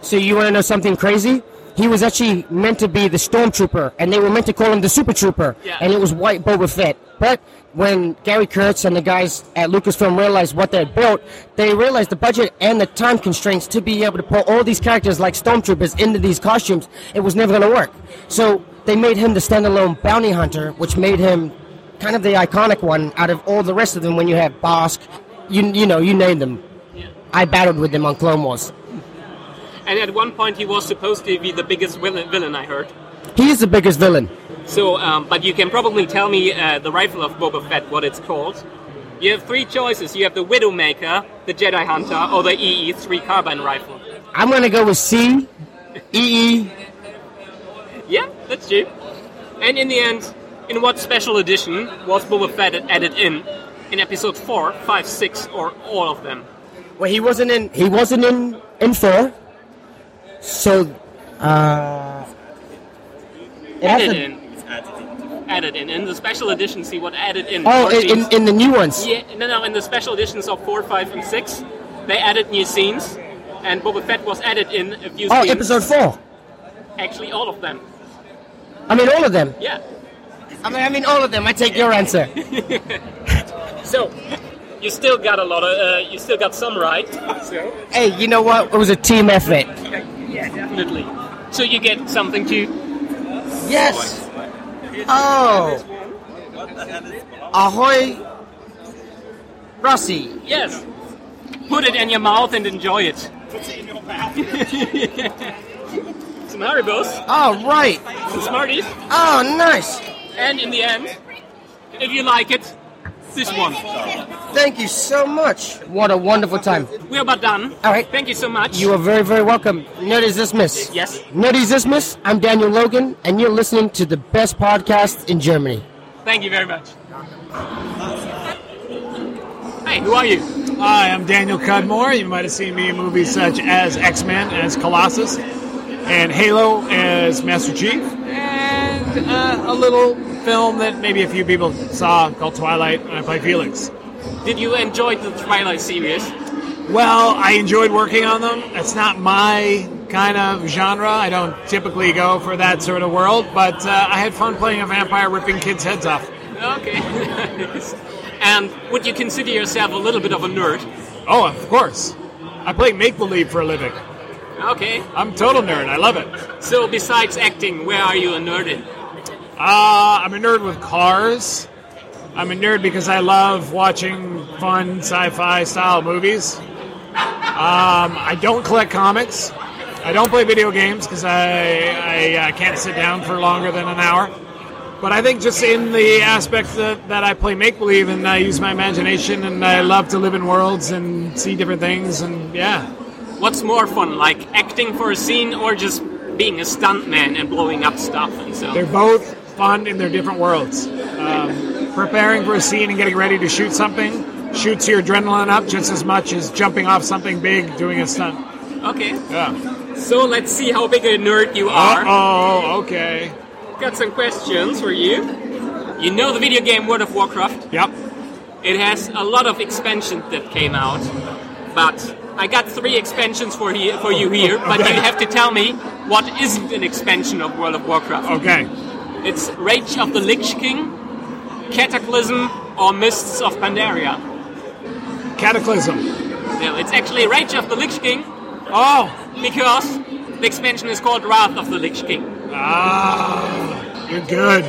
Speaker 7: So you want to know something crazy? He was actually meant to be the stormtrooper, and they were meant to call him the super trooper,
Speaker 10: Yeah.
Speaker 7: and it was White Boba Fett. But when Gary Kurtz and the guys at Lucasfilm realized what they had built, they realized the budget and the time constraints to be able to pull all these characters like stormtroopers into these costumes, it was never going to work. So they made him the standalone bounty hunter, which made him kind of the iconic one out of all the rest of them. When you have Bosk, you you know you name them. I battled with them on Clone Wars.
Speaker 10: And at one point he was supposed to be the biggest villain, villain I heard.
Speaker 7: He is the biggest villain.
Speaker 10: So, um, but you can probably tell me uh, the rifle of Boba Fett, what it's called. You have three choices. You have the Widowmaker, the Jedi Hunter, or the EE3 carbine rifle.
Speaker 7: I'm gonna go with C, E E.
Speaker 10: Yeah, that's you. And in the end, in what special edition was Boba Fett added in? In episode 4, 5, 6, or all of them?
Speaker 7: Well, he wasn't in. He wasn't in in four. So, uh, it has
Speaker 10: added
Speaker 7: to-
Speaker 10: in. Added in. In the special edition, see what added in.
Speaker 7: Oh,
Speaker 10: Or
Speaker 7: in- in-
Speaker 10: these-
Speaker 7: in the new ones?
Speaker 10: Yeah, no, no, in the special editions of 4, 5, and 6, they added new scenes, and Boba Fett was added in a few
Speaker 7: oh,
Speaker 10: scenes.
Speaker 7: episode four.
Speaker 10: Actually, all of them.
Speaker 7: I mean, all of them.
Speaker 10: Yeah.
Speaker 7: I mean, I mean, all of them. I take your answer.
Speaker 10: So, you still got a lot of, uh, you still got some right. So.
Speaker 7: Hey, you know what? It was a team effort.
Speaker 10: Yeah, definitely. So you get something too.
Speaker 7: Yes. Oh, ahoy, Rossi.
Speaker 10: Yes. Put it in your mouth and enjoy it. Some Haribos.
Speaker 7: Oh, right.
Speaker 10: Some Smarties.
Speaker 7: Oh, nice.
Speaker 10: And in the end, if you like it, this one.
Speaker 7: Thank you so much. What a wonderful time.
Speaker 10: We're about done.
Speaker 7: All right.
Speaker 10: Thank you so much.
Speaker 7: You are very, very welcome. Nerdy's Dismiss.
Speaker 10: Yes.
Speaker 7: Nerdy's Dismiss. I'm Daniel Logan, and you're listening to the best podcast in Germany.
Speaker 10: Thank you very much. Hey, who are you?
Speaker 9: Hi, I'm Daniel Cudmore. You might have seen me in movies such as X Men as Colossus, and Halo as Master Chief, and uh, a little film that maybe a few people saw called Twilight, and I play Felix.
Speaker 10: Did you enjoy the Twilight series?
Speaker 9: Well, I enjoyed working on them. It's not my kind of genre. I don't typically go for that sort of world, but uh, I had fun playing a vampire ripping kids' heads off.
Speaker 10: Okay. and would you consider yourself a little bit of a nerd?
Speaker 9: Oh, of course. I play make believe for a living.
Speaker 10: Okay.
Speaker 9: I'm total nerd. I love it.
Speaker 10: So besides acting, where are you a nerd in?
Speaker 9: Uh, I'm a nerd with cars. I'm a nerd because I love watching fun sci-fi style movies. Um, I don't collect comics. I don't play video games because I, I uh, can't sit down for longer than an hour. But I think just in the aspect that, that I play make believe and I use my imagination and I love to live in worlds and see different things and yeah.
Speaker 10: What's more fun, like acting for a scene or just being a stuntman and blowing up stuff and so?
Speaker 9: They're both fun in their different worlds. Um, preparing for a scene and getting ready to shoot something shoots your adrenaline up just as much as jumping off something big doing a stunt.
Speaker 10: Okay.
Speaker 9: Yeah.
Speaker 10: So let's see how big a nerd you are.
Speaker 9: Oh, okay.
Speaker 10: Got some questions for you. You know the video game World of Warcraft?
Speaker 9: Yep.
Speaker 10: It has a lot of expansions that came out, but I got three expansions for here for you here. But
Speaker 9: Okay.
Speaker 10: you have to tell me what isn't an expansion of World of Warcraft.
Speaker 9: Okay.
Speaker 10: It's Rage of the Lich King, Cataclysm, or Mists of Pandaria.
Speaker 9: Cataclysm.
Speaker 10: No, it's actually Rage of the Lich King.
Speaker 9: Oh!
Speaker 10: Because the expansion is called Wrath of the Lich King.
Speaker 9: Ah, you're good.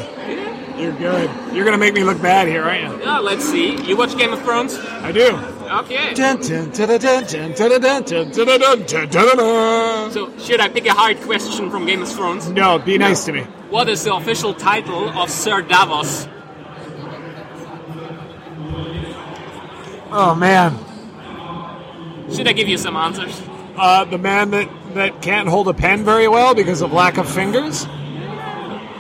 Speaker 9: You're good. You're gonna make me look bad here, aren't you?
Speaker 10: Oh, let's see. You watch Game of Thrones?
Speaker 9: I do.
Speaker 10: Okay.
Speaker 9: Dun, dun, dun, dun, dun, dun, dun, dun, dun, dun, dun, dun, dun.
Speaker 10: So, should I pick a hard question from Game of Thrones?
Speaker 9: No, be nice to me.
Speaker 10: What is the official title of Sir Davos?
Speaker 9: Oh man,
Speaker 10: Should I give you some answers?
Speaker 9: uh, the man that that can't hold a pen very well because of lack of fingers.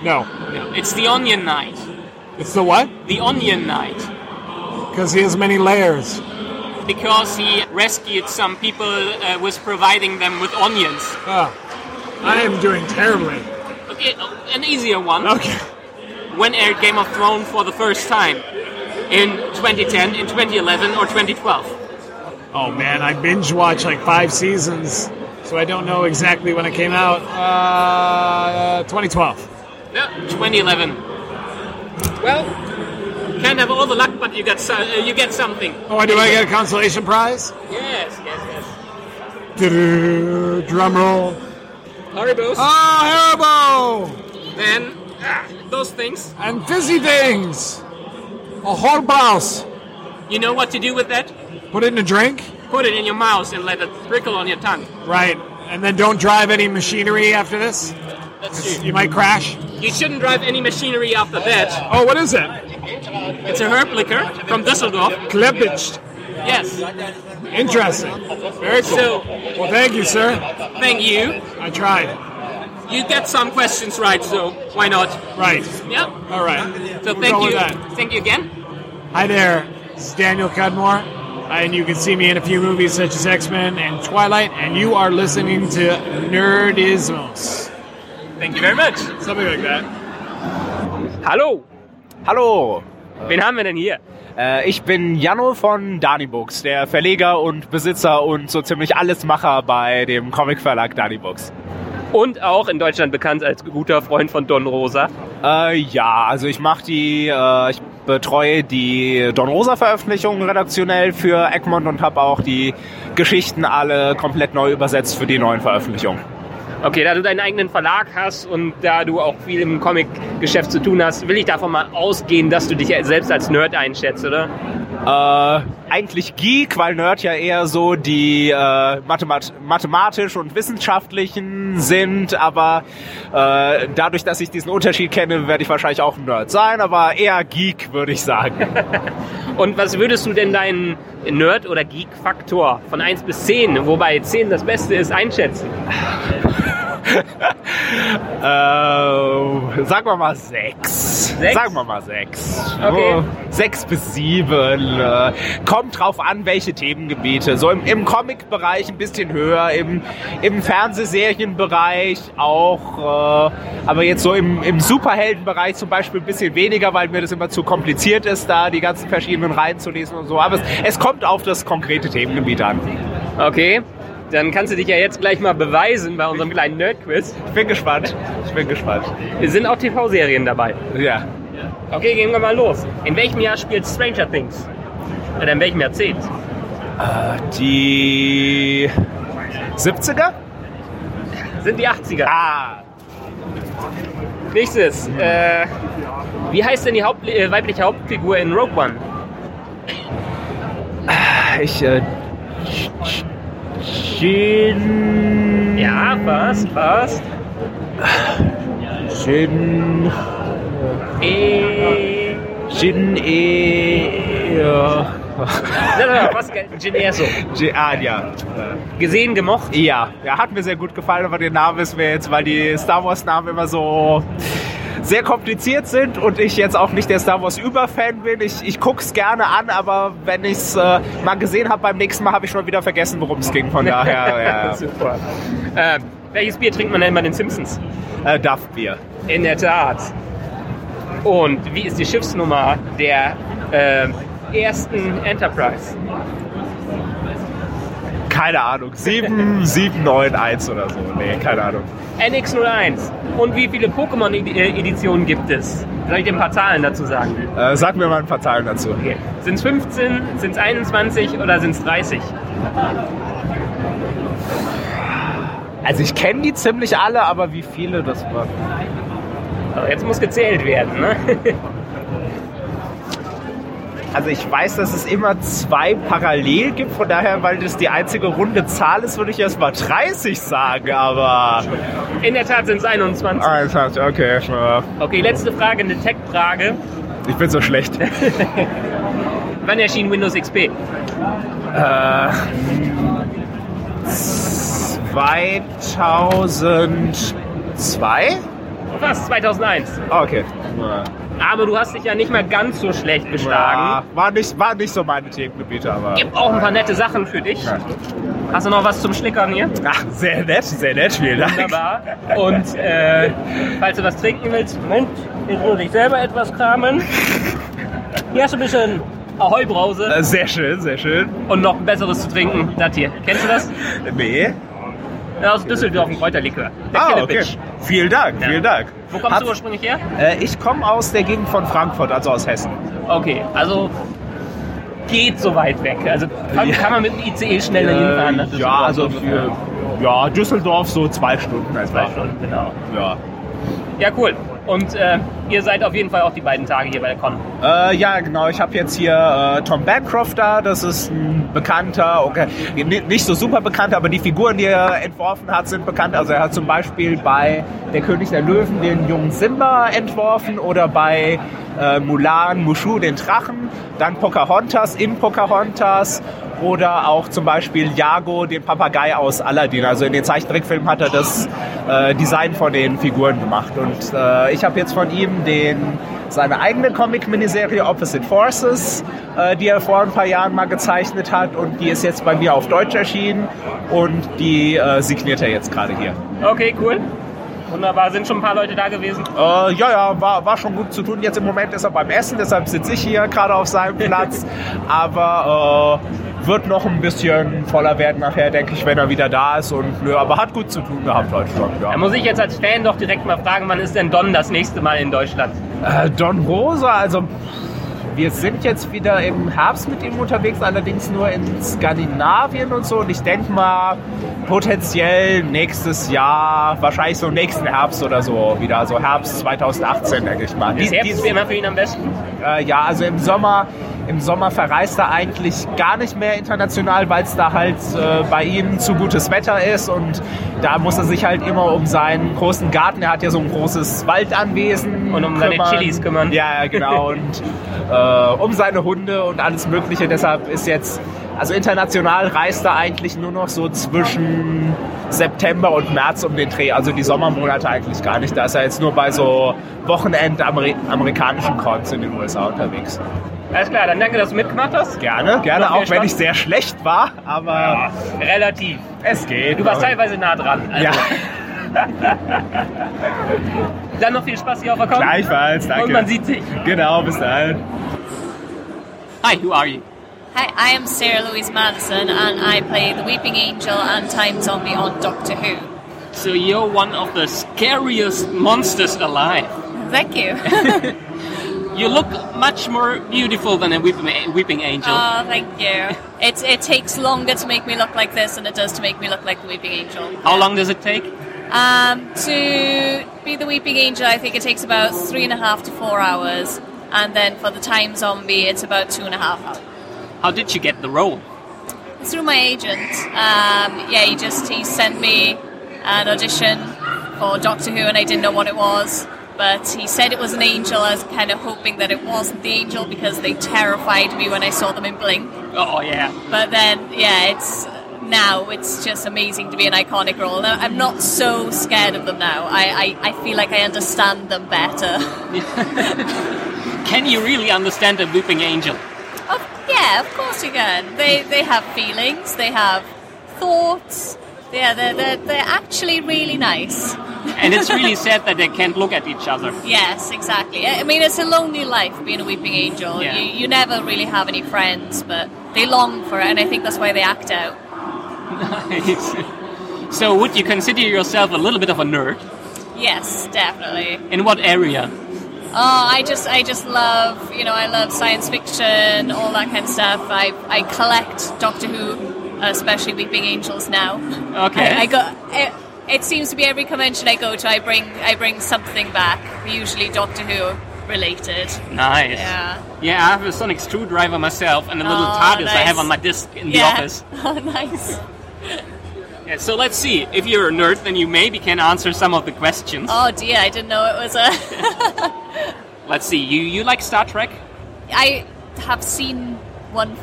Speaker 9: No,
Speaker 10: No, it's the Onion Knight.
Speaker 9: it's the what?
Speaker 10: The Onion Knight.
Speaker 9: Because he has many layers.
Speaker 10: Because he rescued some people, uh, was providing them with onions.
Speaker 9: Ah, I am doing terribly.
Speaker 10: Okay, uh, an easier one. Okay. When aired Game of Thrones for the first time? In 2010, in 2011, or 2012?
Speaker 9: Oh man, I binge watched like five seasons, so I don't know exactly when it came out. Uh, 2012.
Speaker 10: No, 2011. Well, can't have all the luck, but you get so, uh, you get something.
Speaker 9: Oh, do I get a consolation prize?
Speaker 10: Yes, yes, yes.
Speaker 9: Du-du, Drum roll.
Speaker 10: Haribos.
Speaker 9: Ah, Haribo!
Speaker 10: Then ah, those things.
Speaker 9: And fizzy things. A whole blouse.
Speaker 10: You know what to do with that?
Speaker 9: Put it in a drink.
Speaker 10: Put it in your mouth and let it prickle on your tongue.
Speaker 9: Right. And then don't drive any machinery after this.
Speaker 10: That's true.
Speaker 9: You might crash.
Speaker 10: You shouldn't drive any machinery after that.
Speaker 9: Oh, what is it?
Speaker 10: It's a herb liquor from Düsseldorf.
Speaker 9: Kleppitsch.
Speaker 10: Yes.
Speaker 9: Interesting. Very cool.
Speaker 10: So,
Speaker 9: Well, thank you, sir.
Speaker 10: thank you.
Speaker 9: I tried.
Speaker 10: You get some questions right, so why not?
Speaker 9: Right.
Speaker 10: Yep.
Speaker 9: All right.
Speaker 10: So
Speaker 9: We'll
Speaker 10: thank
Speaker 9: go with
Speaker 10: you.
Speaker 9: that.
Speaker 10: Thank you again.
Speaker 9: Hi there. This is Daniel Cudmore. And you can see me in a few movies such as X Men and Twilight. And you are listening to Nerdismos.
Speaker 10: Thank you very much.
Speaker 9: Something like that.
Speaker 8: Hallo. Hallo.
Speaker 10: Wen haben wir denn hier?
Speaker 8: Äh, ich bin Jano von Danibooks, der Verleger und Besitzer und so ziemlich alles Macher bei dem Comicverlag Danibooks.
Speaker 10: Und auch in Deutschland bekannt als guter Freund von Don Rosa.
Speaker 8: Äh, ja, also ich mache die, äh, ich betreue die Don Rosa Veröffentlichungen redaktionell für Egmont und habe auch die Geschichten alle komplett neu übersetzt für die neuen Veröffentlichungen.
Speaker 10: Okay, da du deinen eigenen Verlag hast und da du auch viel im Comic-Geschäft zu tun hast, will ich davon mal ausgehen, dass du dich selbst als Nerd einschätzt, oder?
Speaker 8: Äh, eigentlich Geek, weil Nerd ja eher so die äh, Mathemat mathematisch und wissenschaftlichen sind, aber äh, dadurch, dass ich diesen Unterschied kenne, werde ich wahrscheinlich auch ein Nerd sein, aber eher Geek, würde ich sagen.
Speaker 10: Und was würdest du denn deinen Nerd- oder Geek-Faktor von 1 bis 10, wobei 10 das Beste ist, einschätzen?
Speaker 8: äh, sagen wir mal sechs.
Speaker 10: Sechs?
Speaker 8: Sagen wir mal sechs.
Speaker 10: Okay.
Speaker 8: Oh, Sechs bis sieben. Äh, kommt drauf an, welche Themengebiete. So im, im Comic-Bereich ein bisschen höher, im, im Fernsehserienbereich auch. Äh, aber jetzt so im, im Superheldenbereich zum Beispiel ein bisschen weniger, weil mir das immer zu kompliziert ist, da die ganzen verschiedenen Reihen zu lesen und so. Aber es, es kommt auf das konkrete Themengebiet an.
Speaker 10: Okay, dann kannst du dich ja jetzt gleich mal beweisen bei unserem kleinen Nerd-Quiz.
Speaker 8: Ich bin gespannt. Ich bin gespannt.
Speaker 10: Es sind auch TV-Serien dabei.
Speaker 8: Ja.
Speaker 10: Okay, gehen wir mal los. In welchem Jahr spielt Stranger Things? Oder in welchem Jahrzehnt?
Speaker 8: Äh, die 70er?
Speaker 10: Sind die 80er. Ah! Nächstes. Äh, wie heißt denn die Haupt äh, weibliche Hauptfigur in Rogue One?
Speaker 8: Ich, äh, Jin...
Speaker 10: Ja, Ja, passt, passt.
Speaker 8: Shin.
Speaker 10: E.
Speaker 8: Shin E. Ja.
Speaker 10: Nein, nein, was? Gin Erso.
Speaker 8: Ge- Ah, ja. Gesehen, gemocht? Ja. ja, hat mir sehr gut gefallen, aber der Name ist mir jetzt, weil die Star Wars-Namen immer so sehr kompliziert sind und ich jetzt auch nicht der Star Wars-Überfan bin. Ich, ich gucke es gerne an, aber wenn ich es äh, mal gesehen habe, beim nächsten Mal habe ich schon wieder vergessen, worum es ging. Von daher, ja, ja.
Speaker 10: Super. Äh, welches Bier trinkt man denn bei den Simpsons?
Speaker 8: Äh, Duff-Bier.
Speaker 10: In der Tat. Und wie ist die Schiffsnummer der ähm, ersten Enterprise?
Speaker 8: Keine Ahnung. 7, 7, 9, 1 oder so. Nee, keine Ahnung.
Speaker 10: NX01. Und wie viele Pokémon-Editionen gibt es? Soll ich dir ein paar Zahlen dazu sagen?
Speaker 8: Äh, sag mir mal ein paar Zahlen dazu. Okay.
Speaker 10: Sind es 15, sind es 21 oder sind es 30?
Speaker 8: Also ich kenne die ziemlich alle, aber wie viele das war.
Speaker 10: Aber jetzt muss gezählt werden, ne?
Speaker 8: Also ich weiß, dass es immer zwei parallel gibt, von daher, weil das die einzige runde Zahl ist, würde ich erst mal 30 sagen, aber...
Speaker 10: In der Tat sind es 21.
Speaker 8: 21, okay. ja.
Speaker 10: Okay, letzte Frage, eine Tech-Frage.
Speaker 8: Ich bin so schlecht. äh,
Speaker 10: Wann erschien Windows XP?
Speaker 8: Äh, 2002?
Speaker 10: Fast 2001.
Speaker 8: Okay.
Speaker 10: Aber du hast dich ja nicht mal ganz so schlecht geschlagen.
Speaker 8: Ja, war, nicht, war nicht so meine Themengebiete, aber...
Speaker 10: Gibt auch ein paar nette Sachen für dich. Hast du noch was zum Schlickern hier?
Speaker 8: Ach, sehr nett, sehr nett, vielen Dank.
Speaker 10: Wunderbar. Und äh, falls du was trinken willst, Moment, ich muss dich selber etwas kramen. Hier hast du ein bisschen Ahoi-Brause.
Speaker 8: Äh, Sehr schön, sehr schön.
Speaker 10: Und noch ein besseres zu trinken, das hier. Kennst du das?
Speaker 8: Nee.
Speaker 10: Aus Düsseldorf, ein Kräuterlikör. Der
Speaker 8: Ah, okay.
Speaker 10: Killebitch.
Speaker 8: Vielen Dank, vielen Dank.
Speaker 10: Wo kommst
Speaker 8: Hab-
Speaker 10: du ursprünglich her?
Speaker 8: Äh, ich komme aus der Gegend von Frankfurt, also aus Hessen.
Speaker 10: Okay, also geht so weit weg. Also kann,
Speaker 8: Ja.
Speaker 10: kann man mit dem E ICE schnell dahin fahren. nach
Speaker 8: Äh, ja,
Speaker 10: Düsseldorf
Speaker 8: also
Speaker 10: ungefähr.
Speaker 8: für ja, Düsseldorf so zwei Stunden etwa.
Speaker 10: Stunden, genau.
Speaker 8: Ja.
Speaker 10: Ja, cool. Und äh, ihr seid auf jeden Fall auch die beiden Tage hier bei der Con.
Speaker 8: Äh, ja, genau. Ich habe jetzt hier äh, Tom Bancroft da. Das ist ein bekannter, okay, n- nicht so super bekannt, aber die Figuren, die er entworfen hat, sind bekannt. Also er hat zum Beispiel bei Der König der Löwen den jungen Simba entworfen oder bei äh, Mulan Mushu den Drachen, dann Pocahontas in Pocahontas oder auch zum Beispiel Jago den Papagei aus Aladdin. Also in den Zeichentrickfilmen hat er das äh, Design von den Figuren gemacht. Und äh, ich habe jetzt von ihm den seine eigene Comic-Miniserie Opposite Forces, äh, die er vor ein paar Jahren mal gezeichnet hat und die ist jetzt bei mir auf Deutsch erschienen und die äh, signiert er jetzt gerade hier.
Speaker 10: Okay, cool. Wunderbar, sind schon ein paar Leute da gewesen.
Speaker 8: Äh, ja, ja, war, war schon gut zu tun. Jetzt im Moment ist er beim Essen, deshalb sitze ich hier gerade auf seinem Platz. aber äh, wird noch ein bisschen voller werden nachher, denke ich, wenn er wieder da ist. Und nö, aber hat gut zu tun gehabt heute schon. Ja.
Speaker 10: Da muss ich jetzt als Fan doch direkt mal fragen, wann ist denn Don das nächste Mal in Deutschland?
Speaker 8: Äh, Don Rosa, also wir sind jetzt wieder im Herbst mit ihm unterwegs, allerdings nur in Skandinavien und so. Und ich denke mal, potenziell nächstes Jahr, wahrscheinlich so nächsten Herbst oder so wieder, also Herbst 2018, denke ich mal.
Speaker 10: Ist
Speaker 8: Die-
Speaker 10: Herbst
Speaker 8: die-
Speaker 10: wie immer für ihn am besten?
Speaker 8: äh, ja, also im Sommer, im Sommer verreist er eigentlich gar nicht mehr international, weil es da halt äh, bei ihm zu gutes Wetter ist und da muss er sich halt immer um seinen großen Garten, er hat ja so ein großes Waldanwesen
Speaker 10: Und um seine Chilis kümmern.
Speaker 8: Ja, ja, genau und äh, um seine Hunde und alles Mögliche. Deshalb ist jetzt also international reist er eigentlich nur noch so zwischen September und März um den Dreh, also die Sommermonate eigentlich gar nicht. Da ist er jetzt nur bei so Wochenend-amerikanischen Cons in den USA unterwegs.
Speaker 10: Alles klar, dann danke, dass du mitgemacht hast.
Speaker 8: Gerne, gerne,
Speaker 10: Noch
Speaker 8: auch
Speaker 10: viel
Speaker 8: wenn
Speaker 10: Spaß?
Speaker 8: ich sehr schlecht war, aber
Speaker 10: Relativ.
Speaker 8: es geht.
Speaker 10: Du warst teilweise nah dran. Also.
Speaker 8: Ja.
Speaker 10: Dann noch viel Spaß hier auf der Con.
Speaker 8: Gleichfalls, danke.
Speaker 10: Und man sieht sich.
Speaker 8: Genau, bis dann.
Speaker 10: Hi, who are you?
Speaker 3: Hi, I am Sarah Louise Madison, and I play the Weeping Angel and Time Zombie on Doctor Who.
Speaker 10: So you're one of the scariest monsters alive.
Speaker 3: Thank you.
Speaker 10: You look much more beautiful than a weeping, weeping angel.
Speaker 3: oh, thank you. It, it takes longer to make me look like this than it does to make me look like the Weeping Angel.
Speaker 10: How long does it take?
Speaker 3: Um, to be the Weeping Angel, I think it takes about three and a half to four hours, and then for the Time Zombie, it's about two and a half hours.
Speaker 10: How did you get the role?
Speaker 3: Through my agent, um, yeah, he just he sent me an audition for Doctor Who, and I didn't know what it was. But he said it was an angel. I was kind of hoping that it wasn't the angel because they terrified me when I saw them in Blink.
Speaker 10: Oh yeah.
Speaker 3: But then, yeah, it's now it's just amazing to be an iconic role. Now, I'm not so scared of them now. I, I, I feel like I understand them better.
Speaker 10: Can you really understand a looping angel?
Speaker 3: yeah, of course you can. They they have feelings. They have thoughts. Yeah, they're they're, they're actually really nice.
Speaker 10: And it's really sad that they can't look at each other.
Speaker 3: Yes, exactly. I I mean, it's a lonely life being a weeping angel.
Speaker 10: Yeah.
Speaker 3: You, you never really have any friends, but they long for it, and I think that's why they act out.
Speaker 10: Nice. So would you consider yourself a little bit of a nerd?
Speaker 3: Yes, definitely.
Speaker 10: In what area?
Speaker 3: Oh, I just I just love you know I love science fiction, all that kind of stuff. I I collect Doctor Who, especially Weeping Angels now.
Speaker 10: Okay.
Speaker 3: I, I go. It, it seems to be every convention I go to, I bring I bring something back, usually Doctor Who related.
Speaker 10: Nice.
Speaker 3: Yeah.
Speaker 10: Yeah, I have a sonic screwdriver myself and a little
Speaker 3: Oh,
Speaker 10: TARDIS I
Speaker 3: nice.
Speaker 10: have on my desk in the
Speaker 3: Yeah.
Speaker 10: office.
Speaker 3: Oh, nice.
Speaker 10: Yeah, so let's see. If you're a nerd, then you maybe can answer some of the questions.
Speaker 3: Oh dear, I didn't know it was a.
Speaker 10: Let's see. You you like Star Trek?
Speaker 3: I have seen one.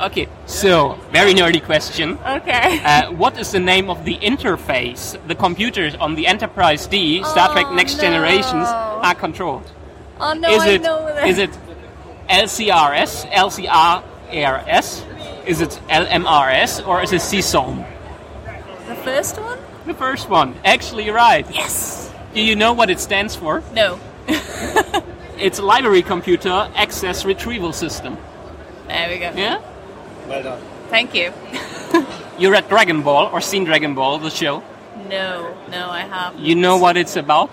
Speaker 10: Okay. So very nerdy question.
Speaker 3: okay.
Speaker 10: Uh, what is the name of the interface the computers on the Enterprise D Star Trek Next Generations are controlled?
Speaker 3: Oh no,
Speaker 10: is
Speaker 3: I
Speaker 10: it
Speaker 3: know that.
Speaker 10: is it LCRS, LCRRS? Is it LMRS or is it CSOM?
Speaker 3: the first one?
Speaker 10: The first one. Actually, you're right.
Speaker 3: Yes.
Speaker 10: Do you know what it stands for?
Speaker 3: No.
Speaker 10: It's Library Computer Access Retrieval System.
Speaker 3: There we go.
Speaker 10: Yeah?
Speaker 3: Well done. Thank you.
Speaker 10: You read Dragon Ball or seen Dragon Ball, the show.
Speaker 3: No, no, I have.
Speaker 10: You know what it's about?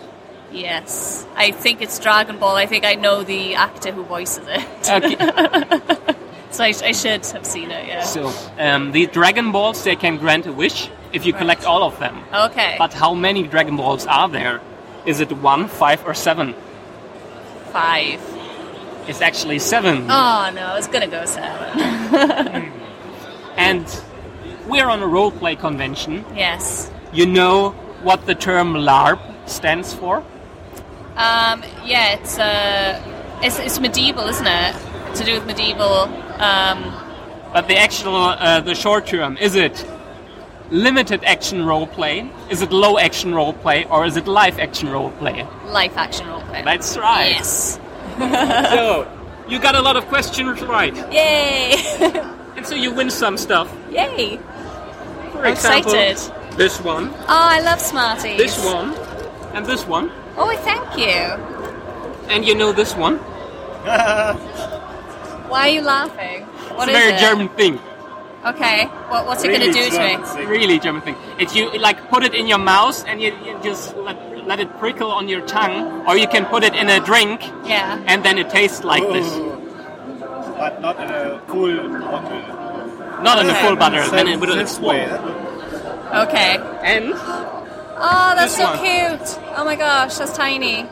Speaker 3: Yes, I think it's Dragon Ball. I think I know the actor who voices it. so I, I should have seen it. Yeah.
Speaker 10: So, um, the Dragon Balls, they can grant a wish if you collect all of them.
Speaker 3: okay.
Speaker 10: But how many Dragon Balls are there? Is it one, five, or seven?
Speaker 3: Five.
Speaker 10: It's actually seven.
Speaker 3: Oh no, I was gonna go seven.
Speaker 10: And we're on a roleplay convention.
Speaker 3: yes.
Speaker 10: You know what the term LARP stands for?
Speaker 3: Um, yeah, it's uh, it's, it's medieval, isn't it? To do with medieval. Um,
Speaker 10: But the actual, uh, the short term, is it limited action roleplay? Is it low action roleplay? Or is it live action roleplay?
Speaker 3: life action roleplay.
Speaker 10: That's right.
Speaker 3: Yes.
Speaker 10: so, you got a lot of questions right.
Speaker 3: Yay!
Speaker 10: And so you win some stuff.
Speaker 3: Yay!
Speaker 10: For
Speaker 3: I'm
Speaker 10: example,
Speaker 3: excited.
Speaker 10: This one,
Speaker 3: Oh, I love Smarties.
Speaker 10: this one, and this one.
Speaker 3: Oh, thank you.
Speaker 10: And you know this one.
Speaker 3: Why are you laughing? What
Speaker 10: it's a
Speaker 3: is
Speaker 10: very
Speaker 3: it?
Speaker 10: German thing.
Speaker 3: Okay. What, what's it gonna do to me?
Speaker 10: Really German thing. If you like put it in your mouth and you, you just let, let it prickle on your tongue, or you can put it in a drink
Speaker 3: Yeah.
Speaker 10: and then it tastes like this.
Speaker 14: Oh. But not in a cool bottle.
Speaker 10: Not in a full bottle, then it would
Speaker 14: This way,
Speaker 10: explode.
Speaker 3: Okay.
Speaker 10: And
Speaker 3: Oh, that's
Speaker 10: This
Speaker 3: so
Speaker 10: one.
Speaker 3: cute. Oh my gosh, that's tiny.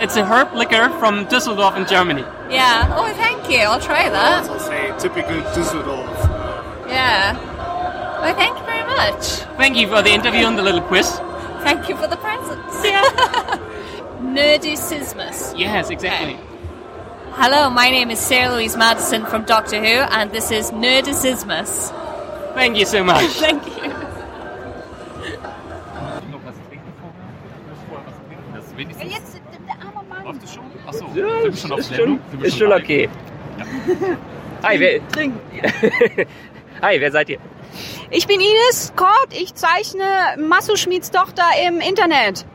Speaker 10: It's a herb liquor from Düsseldorf in Germany.
Speaker 3: Yeah. Oh, thank you. I'll try that.
Speaker 14: say typical Düsseldorf.
Speaker 3: Yeah. Oh, thank you very much.
Speaker 10: Thank you for the interview and the little quiz.
Speaker 3: Thank you for the presents. Yeah. Nerdicismus.
Speaker 10: Yes, exactly.
Speaker 3: Hello, my name is Sarah Louise Madison from Doctor Who, and this is Nerdicismus.
Speaker 10: Thank you so much.
Speaker 3: Thank you.
Speaker 15: Jetzt der arme Mann. Läuft es schon? Achso,
Speaker 16: ist schon okay. Hi, wer,
Speaker 15: Trink.
Speaker 16: hi, wer seid ihr?
Speaker 15: Ich bin Ines Kort, ich zeichne Masu Schmieds Tochter im Internet.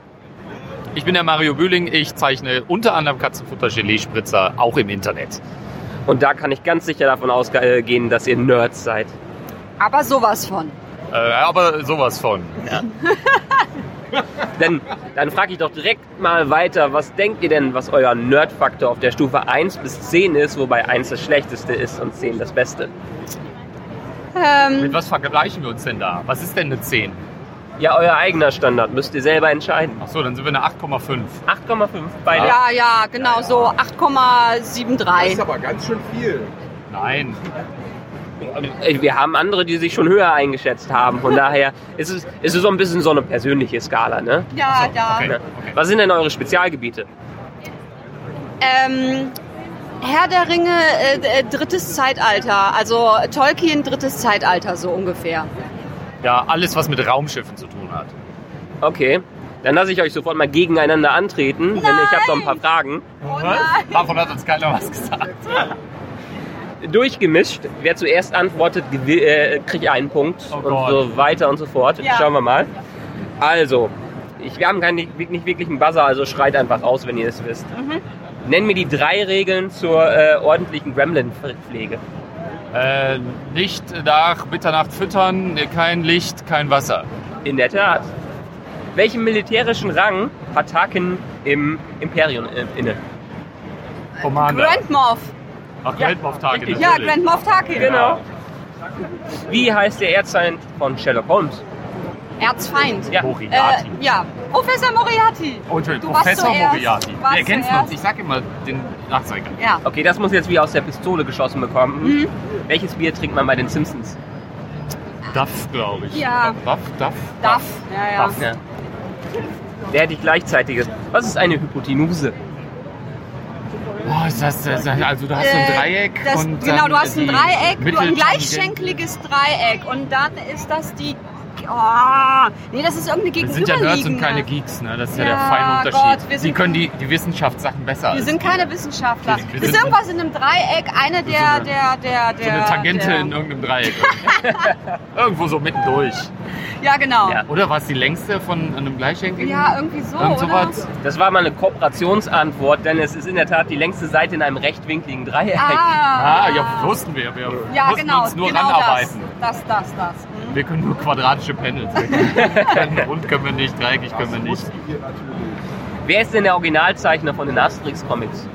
Speaker 17: Ich bin der Mario Bühling, ich zeichne unter anderem Katzenfutter Gelee-Spritzer, auch im Internet.
Speaker 16: Und da kann ich ganz sicher davon ausgehen, dass ihr Nerds seid.
Speaker 15: Aber sowas von.
Speaker 17: Äh, aber sowas von.
Speaker 16: Denn, dann frage ich doch direkt mal weiter, was denkt ihr denn, was euer Nerd-Faktor auf der Stufe 1 bis 10 ist, wobei 1 das Schlechteste ist und 10 das Beste?
Speaker 15: Ähm,
Speaker 17: Mit was vergleichen wir uns denn da? Was ist denn eine 10?
Speaker 16: Ja, euer eigener Standard, müsst ihr selber entscheiden.
Speaker 17: Achso, dann sind wir eine 8,5.
Speaker 16: 8,5, beide?
Speaker 15: Ja, ja, genau so. 8,73. Das ist aber ganz schön viel.
Speaker 17: Nein.
Speaker 10: Äh, Wir haben andere, die sich schon höher eingeschätzt haben. Von daher ist es, ist es so ein bisschen so eine persönliche Skala. Ne?
Speaker 15: Ja, ja.
Speaker 10: Ne? Was sind denn eure Spezialgebiete?
Speaker 15: Ähm, Herr der Ringe, äh, äh, drittes Zeitalter. Also Tolkien, drittes Zeitalter, so ungefähr.
Speaker 5: Ja, alles, was mit Raumschiffen zu tun hat.
Speaker 10: Okay, dann lasse ich euch sofort mal gegeneinander antreten, denn ich habe noch ein paar Fragen.
Speaker 5: Was? Davon hat uns keiner was gesagt.
Speaker 10: Durchgemischt, wer zuerst antwortet, gewi- äh, kriegt einen Punkt und
Speaker 5: Oh Gott.
Speaker 10: so weiter und so fort.
Speaker 5: Ja.
Speaker 10: Schauen wir mal. Also, ich, wir haben kein, nicht, nicht wirklich einen Buzzer, also schreit einfach raus, wenn ihr es wisst. Nenn mir die drei Regeln zur äh, ordentlichen Gremlin-Pflege.
Speaker 5: Äh, nicht nach Mitternacht füttern, kein Licht, kein Wasser.
Speaker 10: In der Tat. Welchen militärischen Rang hat Tarkin im Imperium äh, inne?
Speaker 5: Commander.
Speaker 15: Grand Moff.
Speaker 5: Ach, Grand Moff Tarkin.
Speaker 15: Ja, Grand Moff Tarkin.
Speaker 10: Genau. Wie heißt der Erzfeind von Sherlock Holmes?
Speaker 15: Erzfeind.
Speaker 10: Ja.
Speaker 15: Äh, ja, Professor Moriarty.
Speaker 5: Oh, Entschuldigung,
Speaker 15: Du warst
Speaker 5: Professor
Speaker 15: zuerst.
Speaker 5: Moriarty.
Speaker 15: Warst
Speaker 5: Wir ergänzen
Speaker 15: zuerst.
Speaker 5: uns. Ich sag immer den Nachzeiger.
Speaker 15: Ja.
Speaker 10: Okay, das muss jetzt wie aus der Pistole geschossen bekommen.
Speaker 15: Mhm.
Speaker 10: Welches Bier trinkt man bei den Simpsons?
Speaker 5: Duff, glaube ich.
Speaker 15: Ja.
Speaker 5: Duff, Duff.
Speaker 15: Duff. Ja, ja.
Speaker 10: Ja. Der hätte ich gleichzeitiges. Was ist eine Hypotenuse?
Speaker 5: Oh, ist das, das, also du hast so ein
Speaker 15: Äh,
Speaker 5: Dreieck
Speaker 15: das,
Speaker 5: und
Speaker 15: genau,
Speaker 5: dann
Speaker 15: du hast ein
Speaker 5: die
Speaker 15: Dreieck, du, ein
Speaker 5: mittelschenkige-
Speaker 15: gleichschenkliges Dreieck und dann ist das die. Oh, nee, das ist irgendeine
Speaker 5: Wir sind ja
Speaker 15: gegenüberliegende.
Speaker 5: Nerds und keine Geeks, ne? Das ist ja,
Speaker 15: Ja,
Speaker 5: der feine Unterschied.
Speaker 15: Gott, wir sind-
Speaker 5: die können die, die Wissenschaftssachen besser
Speaker 15: Wir
Speaker 5: als
Speaker 15: sind keine Wissenschaftler.
Speaker 5: Wir
Speaker 15: Das
Speaker 5: sind-
Speaker 15: ist irgendwas in einem Dreieck, eine der, der, der, der.
Speaker 5: so eine Tangente
Speaker 15: der,
Speaker 5: in irgendeinem Dreieck. Irgendwo so mittendurch.
Speaker 15: Ja, genau. Ja,
Speaker 5: Oder war es die längste von einem Gleichschenkigen?
Speaker 15: irgendwie so,
Speaker 5: Irgend
Speaker 15: oder?
Speaker 5: sowas.
Speaker 10: Das war mal eine Kooperationsantwort, denn es ist in der Tat die längste Seite in einem rechtwinkligen Dreieck.
Speaker 15: Ah.
Speaker 5: Ah, ja, wussten wir. Wir
Speaker 15: Ja,
Speaker 5: mussten
Speaker 15: genau.
Speaker 5: uns nur
Speaker 15: genau
Speaker 5: ranarbeiten.
Speaker 15: Das, das, das. das. Mhm.
Speaker 5: Wir können nur quadratische Panels. Wir können rund können wir nicht, dreieckig können wir nicht.
Speaker 10: Wer ist denn der Originalzeichner von den Asterix-Comics?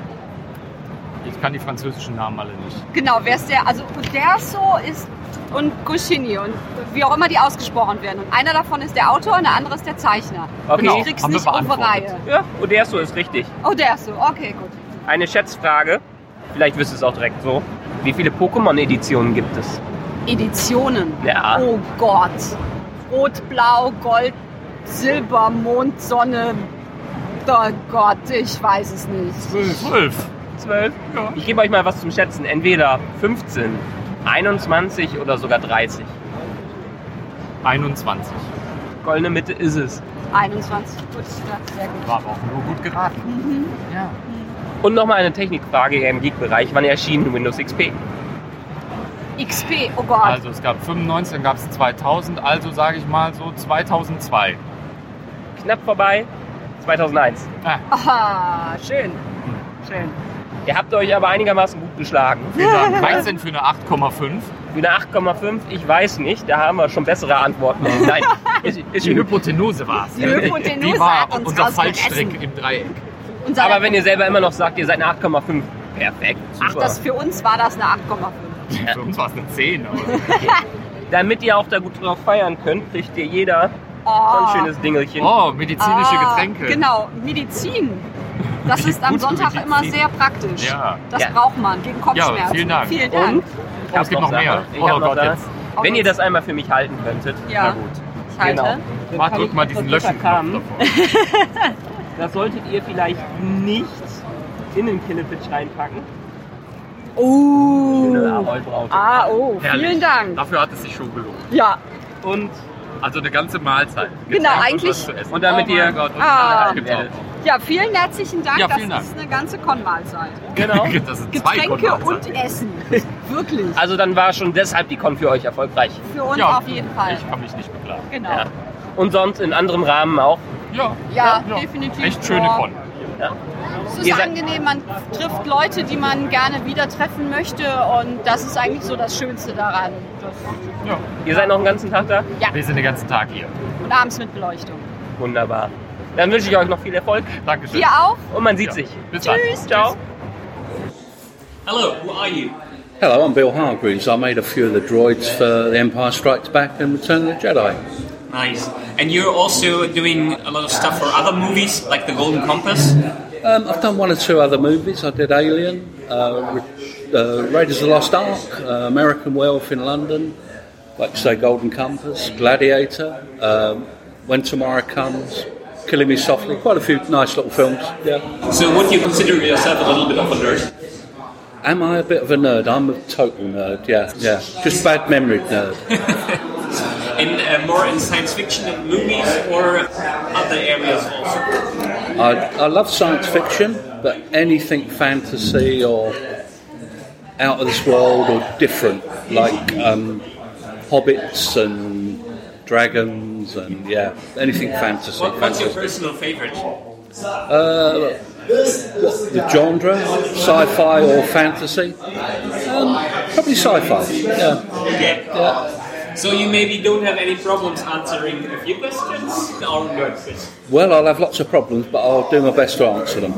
Speaker 5: Ich kann die französischen Namen alle nicht.
Speaker 15: Genau, wer ist der? Also Uderso ist und Guschini und wie auch immer die ausgesprochen werden. Und einer davon ist der Autor und der andere ist der Zeichner.
Speaker 5: Genau,
Speaker 15: Und ich krieg's nicht auf Reihe.
Speaker 10: Ja, Oderso ist richtig.
Speaker 15: Uderso, okay, gut.
Speaker 10: Eine Schätzfrage. Vielleicht wirst du es auch direkt so. Wie viele Pokémon-Editionen gibt es?
Speaker 15: Editionen.
Speaker 10: Ja.
Speaker 15: Oh Gott. Rot, Blau, Gold, Silber, Mond, Sonne. Oh Gott, ich weiß es nicht.
Speaker 10: Zwölf. Zwölf? Ich gebe euch mal was zum Schätzen. Entweder 15, 21 oder sogar 30.
Speaker 5: 21.
Speaker 10: Goldene Mitte ist es.
Speaker 15: 21. Gut, ja, sehr gut.
Speaker 5: War aber auch nur gut geraten.
Speaker 15: Mhm.
Speaker 5: Ja.
Speaker 10: Und nochmal eine Technikfrage hier im Geek-Bereich. Wann erschien Windows XP?
Speaker 15: XP, oh Gott.
Speaker 5: Also es gab 95, dann gab es 2000, also sage ich mal so 2002.
Speaker 10: Knapp vorbei, 2001.
Speaker 5: Ah.
Speaker 15: Aha, schön. Schön.
Speaker 10: Ihr habt euch aber einigermaßen gut geschlagen.
Speaker 15: Vielen Dank. Was ist
Speaker 5: denn für eine 8,5?
Speaker 10: Für eine 8,5? Ich weiß nicht. Da haben wir schon bessere Antworten. Nein, ist, ist
Speaker 5: Die Hypotenuse war
Speaker 15: Die Hypotenuse
Speaker 5: Die war
Speaker 15: hat uns
Speaker 5: unser
Speaker 15: rausgerissen.
Speaker 5: Fallstrick im Dreieck.
Speaker 15: Unser-
Speaker 10: Aber wenn ihr selber immer noch sagt, ihr seid eine 8,5, perfekt. Super.
Speaker 15: Ach, das für uns war das eine 8,5.
Speaker 5: Für uns war es eine 10. Aber
Speaker 10: Damit ihr auch da gut drauf feiern könnt, kriegt ihr jeder so
Speaker 15: Oh.
Speaker 10: ein schönes Dingelchen.
Speaker 5: Oh, medizinische
Speaker 15: Ah, Genau, Medizin. Das ist am
Speaker 10: Gute
Speaker 15: Sonntag
Speaker 10: Medizin.
Speaker 15: immer sehr praktisch.
Speaker 10: Ja.
Speaker 15: Das
Speaker 10: Ja.
Speaker 15: braucht man gegen Kopfschmerzen.
Speaker 10: Ja, vielen Dank.
Speaker 15: Vielen Dank.
Speaker 10: Und? Ich hab
Speaker 5: gibt noch
Speaker 10: Sachen.
Speaker 5: mehr.
Speaker 10: Ich
Speaker 5: Oh
Speaker 10: hab noch
Speaker 5: Gott,
Speaker 10: Sachen.
Speaker 5: jetzt.
Speaker 10: Wenn ihr das einmal für mich halten könntet.
Speaker 15: Ja.
Speaker 10: Na gut.
Speaker 15: Ich halte.
Speaker 10: Genau.
Speaker 15: Dann Mach, kann drück ich mal diesen kurz Löschenknopf runterkommen.
Speaker 10: das solltet ihr vielleicht nicht in den Killepitch reinpacken.
Speaker 15: Oh.
Speaker 10: Schöne Ahoi-Braute.
Speaker 15: Ah, oh.
Speaker 5: Herrlich.
Speaker 15: Vielen Dank.
Speaker 5: Dafür hat es sich schon gelohnt.
Speaker 15: Ja.
Speaker 10: Und
Speaker 5: also eine ganze Mahlzeit.
Speaker 15: Genau,
Speaker 5: Getränk und
Speaker 15: eigentlich-
Speaker 5: was zu essen.
Speaker 10: Und damit
Speaker 5: oh mein
Speaker 10: ihr-
Speaker 5: Gott, und
Speaker 15: Ah.
Speaker 5: alle gibt's auch.
Speaker 15: Ja, vielen herzlichen Dank.
Speaker 5: Ja, vielen
Speaker 15: das ist eine ganze Konmahlzeit.
Speaker 10: Genau.
Speaker 5: das sind
Speaker 15: Getränke und Essen. Wirklich.
Speaker 10: Also dann war schon deshalb die Con für euch erfolgreich.
Speaker 15: Für uns auf jeden Fall.
Speaker 5: kann mich nicht beklagen.
Speaker 15: Genau.
Speaker 10: Ja. Und sonst in anderem Rahmen auch.
Speaker 5: Ja,
Speaker 15: Ja, definitiv. Ja.
Speaker 10: Ja.
Speaker 15: Es
Speaker 10: Ihr
Speaker 15: ist
Speaker 10: seid-
Speaker 15: angenehm, man trifft Leute, die man gerne wieder treffen möchte und das ist eigentlich so das Schönste daran. Das
Speaker 10: Ihr seid noch einen ganzen Tag da?
Speaker 15: Ja.
Speaker 5: Wir sind den ganzen Tag hier.
Speaker 15: und abends mit Beleuchtung.
Speaker 10: Wunderbar. Dann wünsche ich euch noch viel Erfolg.
Speaker 5: Dankeschön.
Speaker 15: Dir auch.
Speaker 10: Und man sieht sich.
Speaker 5: Bis
Speaker 10: dann.
Speaker 15: Tschüss.
Speaker 10: Ciao.
Speaker 18: Hello, who are you? Hello, I'm Bill Hargreaves. I made a few of the droids for The Empire Strikes Back and Return of the Jedi.
Speaker 19: Nice. And you're also doing a lot of stuff for other movies, like The Golden Compass.
Speaker 18: Um, I've done one or two other movies. I did Alien, uh, Re- uh, Raiders of the Lost Ark, uh, American Werewolf in London, like you say, Golden Compass, Gladiator, um, When Tomorrow Comes, Killing Me Softly, quite a few nice little films. Yeah.
Speaker 10: So would you consider yourself a little bit of a nerd?
Speaker 18: Am I a bit of a nerd? I'm a total nerd, yeah, yeah. Just bad memory nerd.
Speaker 10: In, uh, more in science fiction and movies or other areas also?
Speaker 18: I, I love science fiction, but anything fantasy or out of this world or different, like um, hobbits and dragons and yeah, anything fantasy.
Speaker 10: What, what's your
Speaker 18: fantasy.
Speaker 10: personal favorite?
Speaker 18: Uh, what, the genre, sci-fi or fantasy? Um, Probably sci-fi. Yeah.
Speaker 10: Okay. So you maybe don't have any problems answering a few questions or no questions?
Speaker 18: Well, I'll have lots of problems, but I'll do my best to answer them.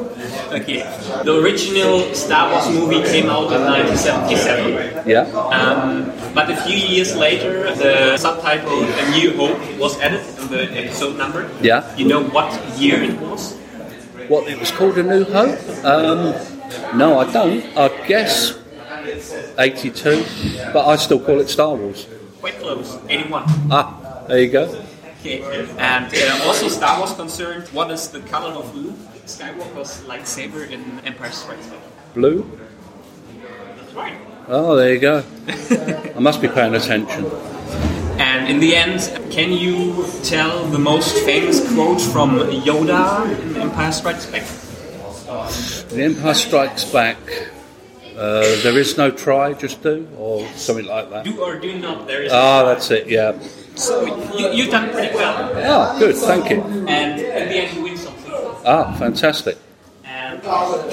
Speaker 10: Okay. The original Star Wars movie came out in 1977.
Speaker 18: Yeah.
Speaker 10: Um, but a few years later, the subtitle A New Hope was added in the episode number.
Speaker 18: Yeah.
Speaker 10: You know what year it was?
Speaker 18: What it was called, A New Hope? Um, no, I don't. I guess 82, but I still call it Star Wars.
Speaker 10: Quite close, 81.
Speaker 18: Ah, there you go.
Speaker 10: Okay. And uh, also, Star Wars concerned, what is the color of Luke Skywalker's lightsaber in Empire Strikes Back?
Speaker 18: Blue. Oh, there you go. I must be paying attention.
Speaker 10: And in the end, can you tell the most famous quote from Yoda in Empire Strikes Back?
Speaker 18: The Empire Strikes Back. Uh, there is no try, just do, or something like that.
Speaker 10: Do or do not, there is
Speaker 18: Ah, that's it. Yeah.
Speaker 10: So you, you've done pretty well.
Speaker 18: Ah, good, thank you.
Speaker 10: And in the end, you win something.
Speaker 18: Ah, fantastic.
Speaker 10: And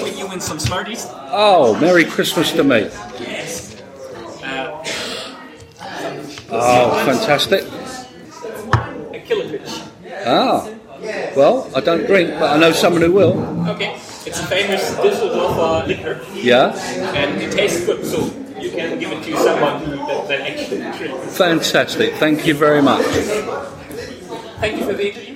Speaker 10: when you win some Smarties,
Speaker 18: Oh, Merry Christmas to me.
Speaker 10: yes. Uh,
Speaker 18: Oh, fantastic.
Speaker 10: a killer bitch.
Speaker 18: Ah, well, I don't drink, but I know someone who will.
Speaker 10: Okay, it's a famous Düsseldorfer liquor.
Speaker 18: Yeah.
Speaker 10: And it tastes good, so you can give it to someone who that, that actually drinks.
Speaker 18: Fantastic. Thank you very much.
Speaker 10: Thank you for the interview.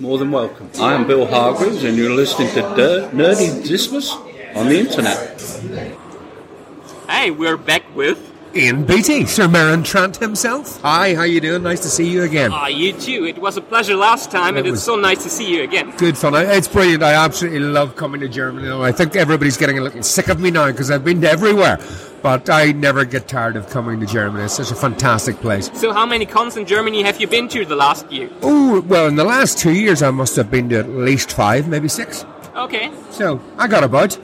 Speaker 18: More than welcome. I am Bill Hargreaves, and you're listening to Ner- Nerdy Dismas on the internet.
Speaker 10: Hey, we're back with
Speaker 2: Ian Beatty, Sir Marin Trant himself. Hi, how you doing? Nice to see you again.
Speaker 10: Ah, you too. It was a pleasure last time, and
Speaker 2: It
Speaker 10: it's
Speaker 2: was-
Speaker 10: so nice to see you again.
Speaker 2: Good fun. I- It's brilliant. I absolutely love coming to Germany. though. I think everybody's getting a little sick of me now because I've been to everywhere. But I never get tired of coming to Germany. It's such a fantastic place.
Speaker 10: So, how many cons in Germany have you been to the last year?
Speaker 2: Oh, well, in the last two years, I must have been to at least five, maybe six.
Speaker 10: Okay,
Speaker 2: So I got a bud.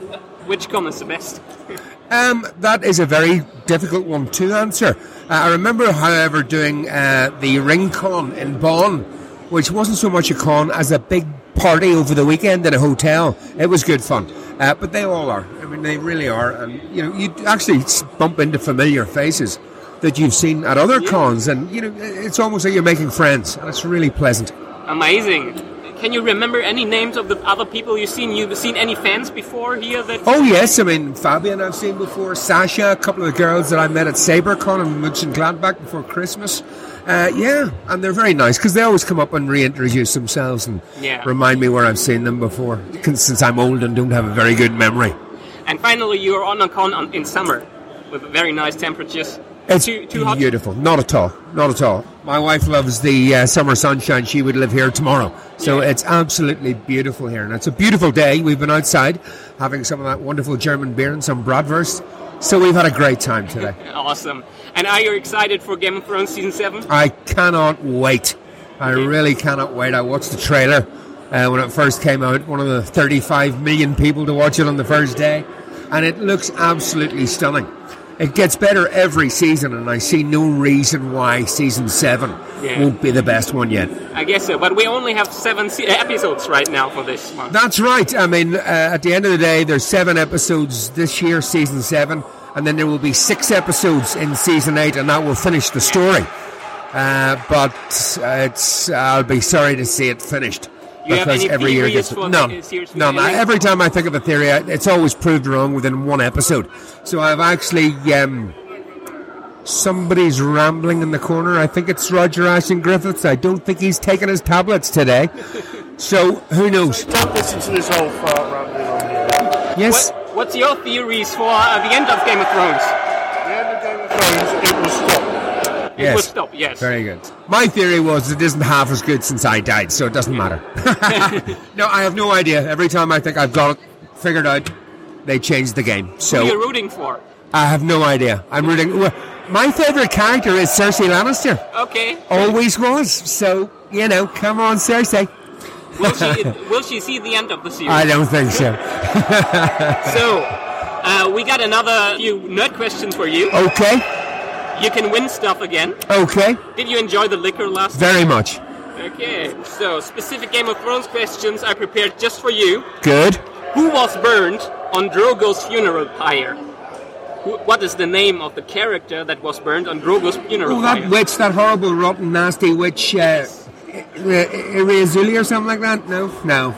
Speaker 10: which con is the best?
Speaker 2: Um, that is a very difficult one to answer. Uh, I remember, however, doing uh, the Ring Con in Bonn, which wasn't so much a con as a big party over the weekend in a hotel. It was good fun. Uh, but they all are. I mean, they really are. And, you know, you actually s- bump into familiar faces that you've seen at other cons. And, you know, i- it's almost like you're making friends. And it's really pleasant.
Speaker 10: Amazing. Can you remember any names of the other people you've seen? You've seen any fans before here that?
Speaker 2: Oh yes, I mean Fabian I've seen before, Sasha, a couple of the girls that I met at SaberCon in Mönchengladbach before Christmas. Uh, yeah, and they're very nice because they always come up and reintroduce themselves and
Speaker 10: Yeah.
Speaker 2: remind me where I've seen them before. 'cause since I'm old and don't have a very good memory,
Speaker 10: And finally, you are on a con on, in summer with very nice temperatures.
Speaker 2: it's
Speaker 10: too, too hot.
Speaker 2: beautiful. Not at all. Not at all. My wife loves the uh, summer sunshine. She would live here tomorrow, so it's absolutely beautiful here, and it's a beautiful day. We've been outside having some of that wonderful German beer and some bratwurst, so we've had a great time today.
Speaker 10: Awesome. And are you excited for Game of Thrones season seven?
Speaker 2: I cannot wait. I really cannot wait. I watched the trailer uh, when it first came out. One of the 35 million people to watch it on the first day, and it looks absolutely stunning. It gets better every season, and I see no reason why season seven
Speaker 10: Yeah.
Speaker 2: won't be the best one yet.
Speaker 10: I guess so. But we only have seven se- episodes right now for this one.
Speaker 2: That's right. I mean, uh, at the end of the day, there's seven episodes this year, season seven, and then there will be six episodes in season eight, and that will finish the story. Uh, but it's I'll be sorry to see it finished
Speaker 10: You have any
Speaker 2: it
Speaker 10: theories
Speaker 2: gets
Speaker 10: for the
Speaker 2: none,
Speaker 10: series
Speaker 2: none.
Speaker 10: finale?
Speaker 2: I- every time I think of a theory, I, it's always proved wrong within one episode. So I've actually. Um, Somebody's rambling in the corner. I think it's Roger Ashton Griffiths. I don't think he's taken his tablets today. So who knows?
Speaker 12: Don't listen to this whole fart rambling on here.
Speaker 2: Yes.
Speaker 10: What, What's your theories for uh, the end of Game of Thrones?
Speaker 12: The end of Game of Thrones, it will stop.
Speaker 10: It will stop, yes.
Speaker 2: Very good. My theory was it isn't half as good since I died, so it doesn't matter. no, I have no idea. Every time I think I've got it figured out, they change the game. So
Speaker 10: Who are you rooting for?
Speaker 2: I have no idea. I'm rooting. well, My favourite character is Cersei Lannister.
Speaker 10: Okay.
Speaker 2: Always was. So, you know, come on, Cersei.
Speaker 10: Will she, will she see the end of the series?
Speaker 2: I don't think so.
Speaker 10: So, uh, we got another few nerd questions for you.
Speaker 2: okay.
Speaker 10: You can win stuff again.
Speaker 2: Okay.
Speaker 10: Did you enjoy the liquor last
Speaker 2: Very much.
Speaker 10: Okay, so specific Game of Thrones questions I prepared just for you.
Speaker 2: Good.
Speaker 10: Who was burned on Drogo's funeral pyre? Who, what is the name of the character that was burned on Drogo's funeral
Speaker 2: Oh,
Speaker 10: pyre?
Speaker 2: that witch, that horrible, rotten, nasty witch, uh, Iriazuli or something like that? No? No.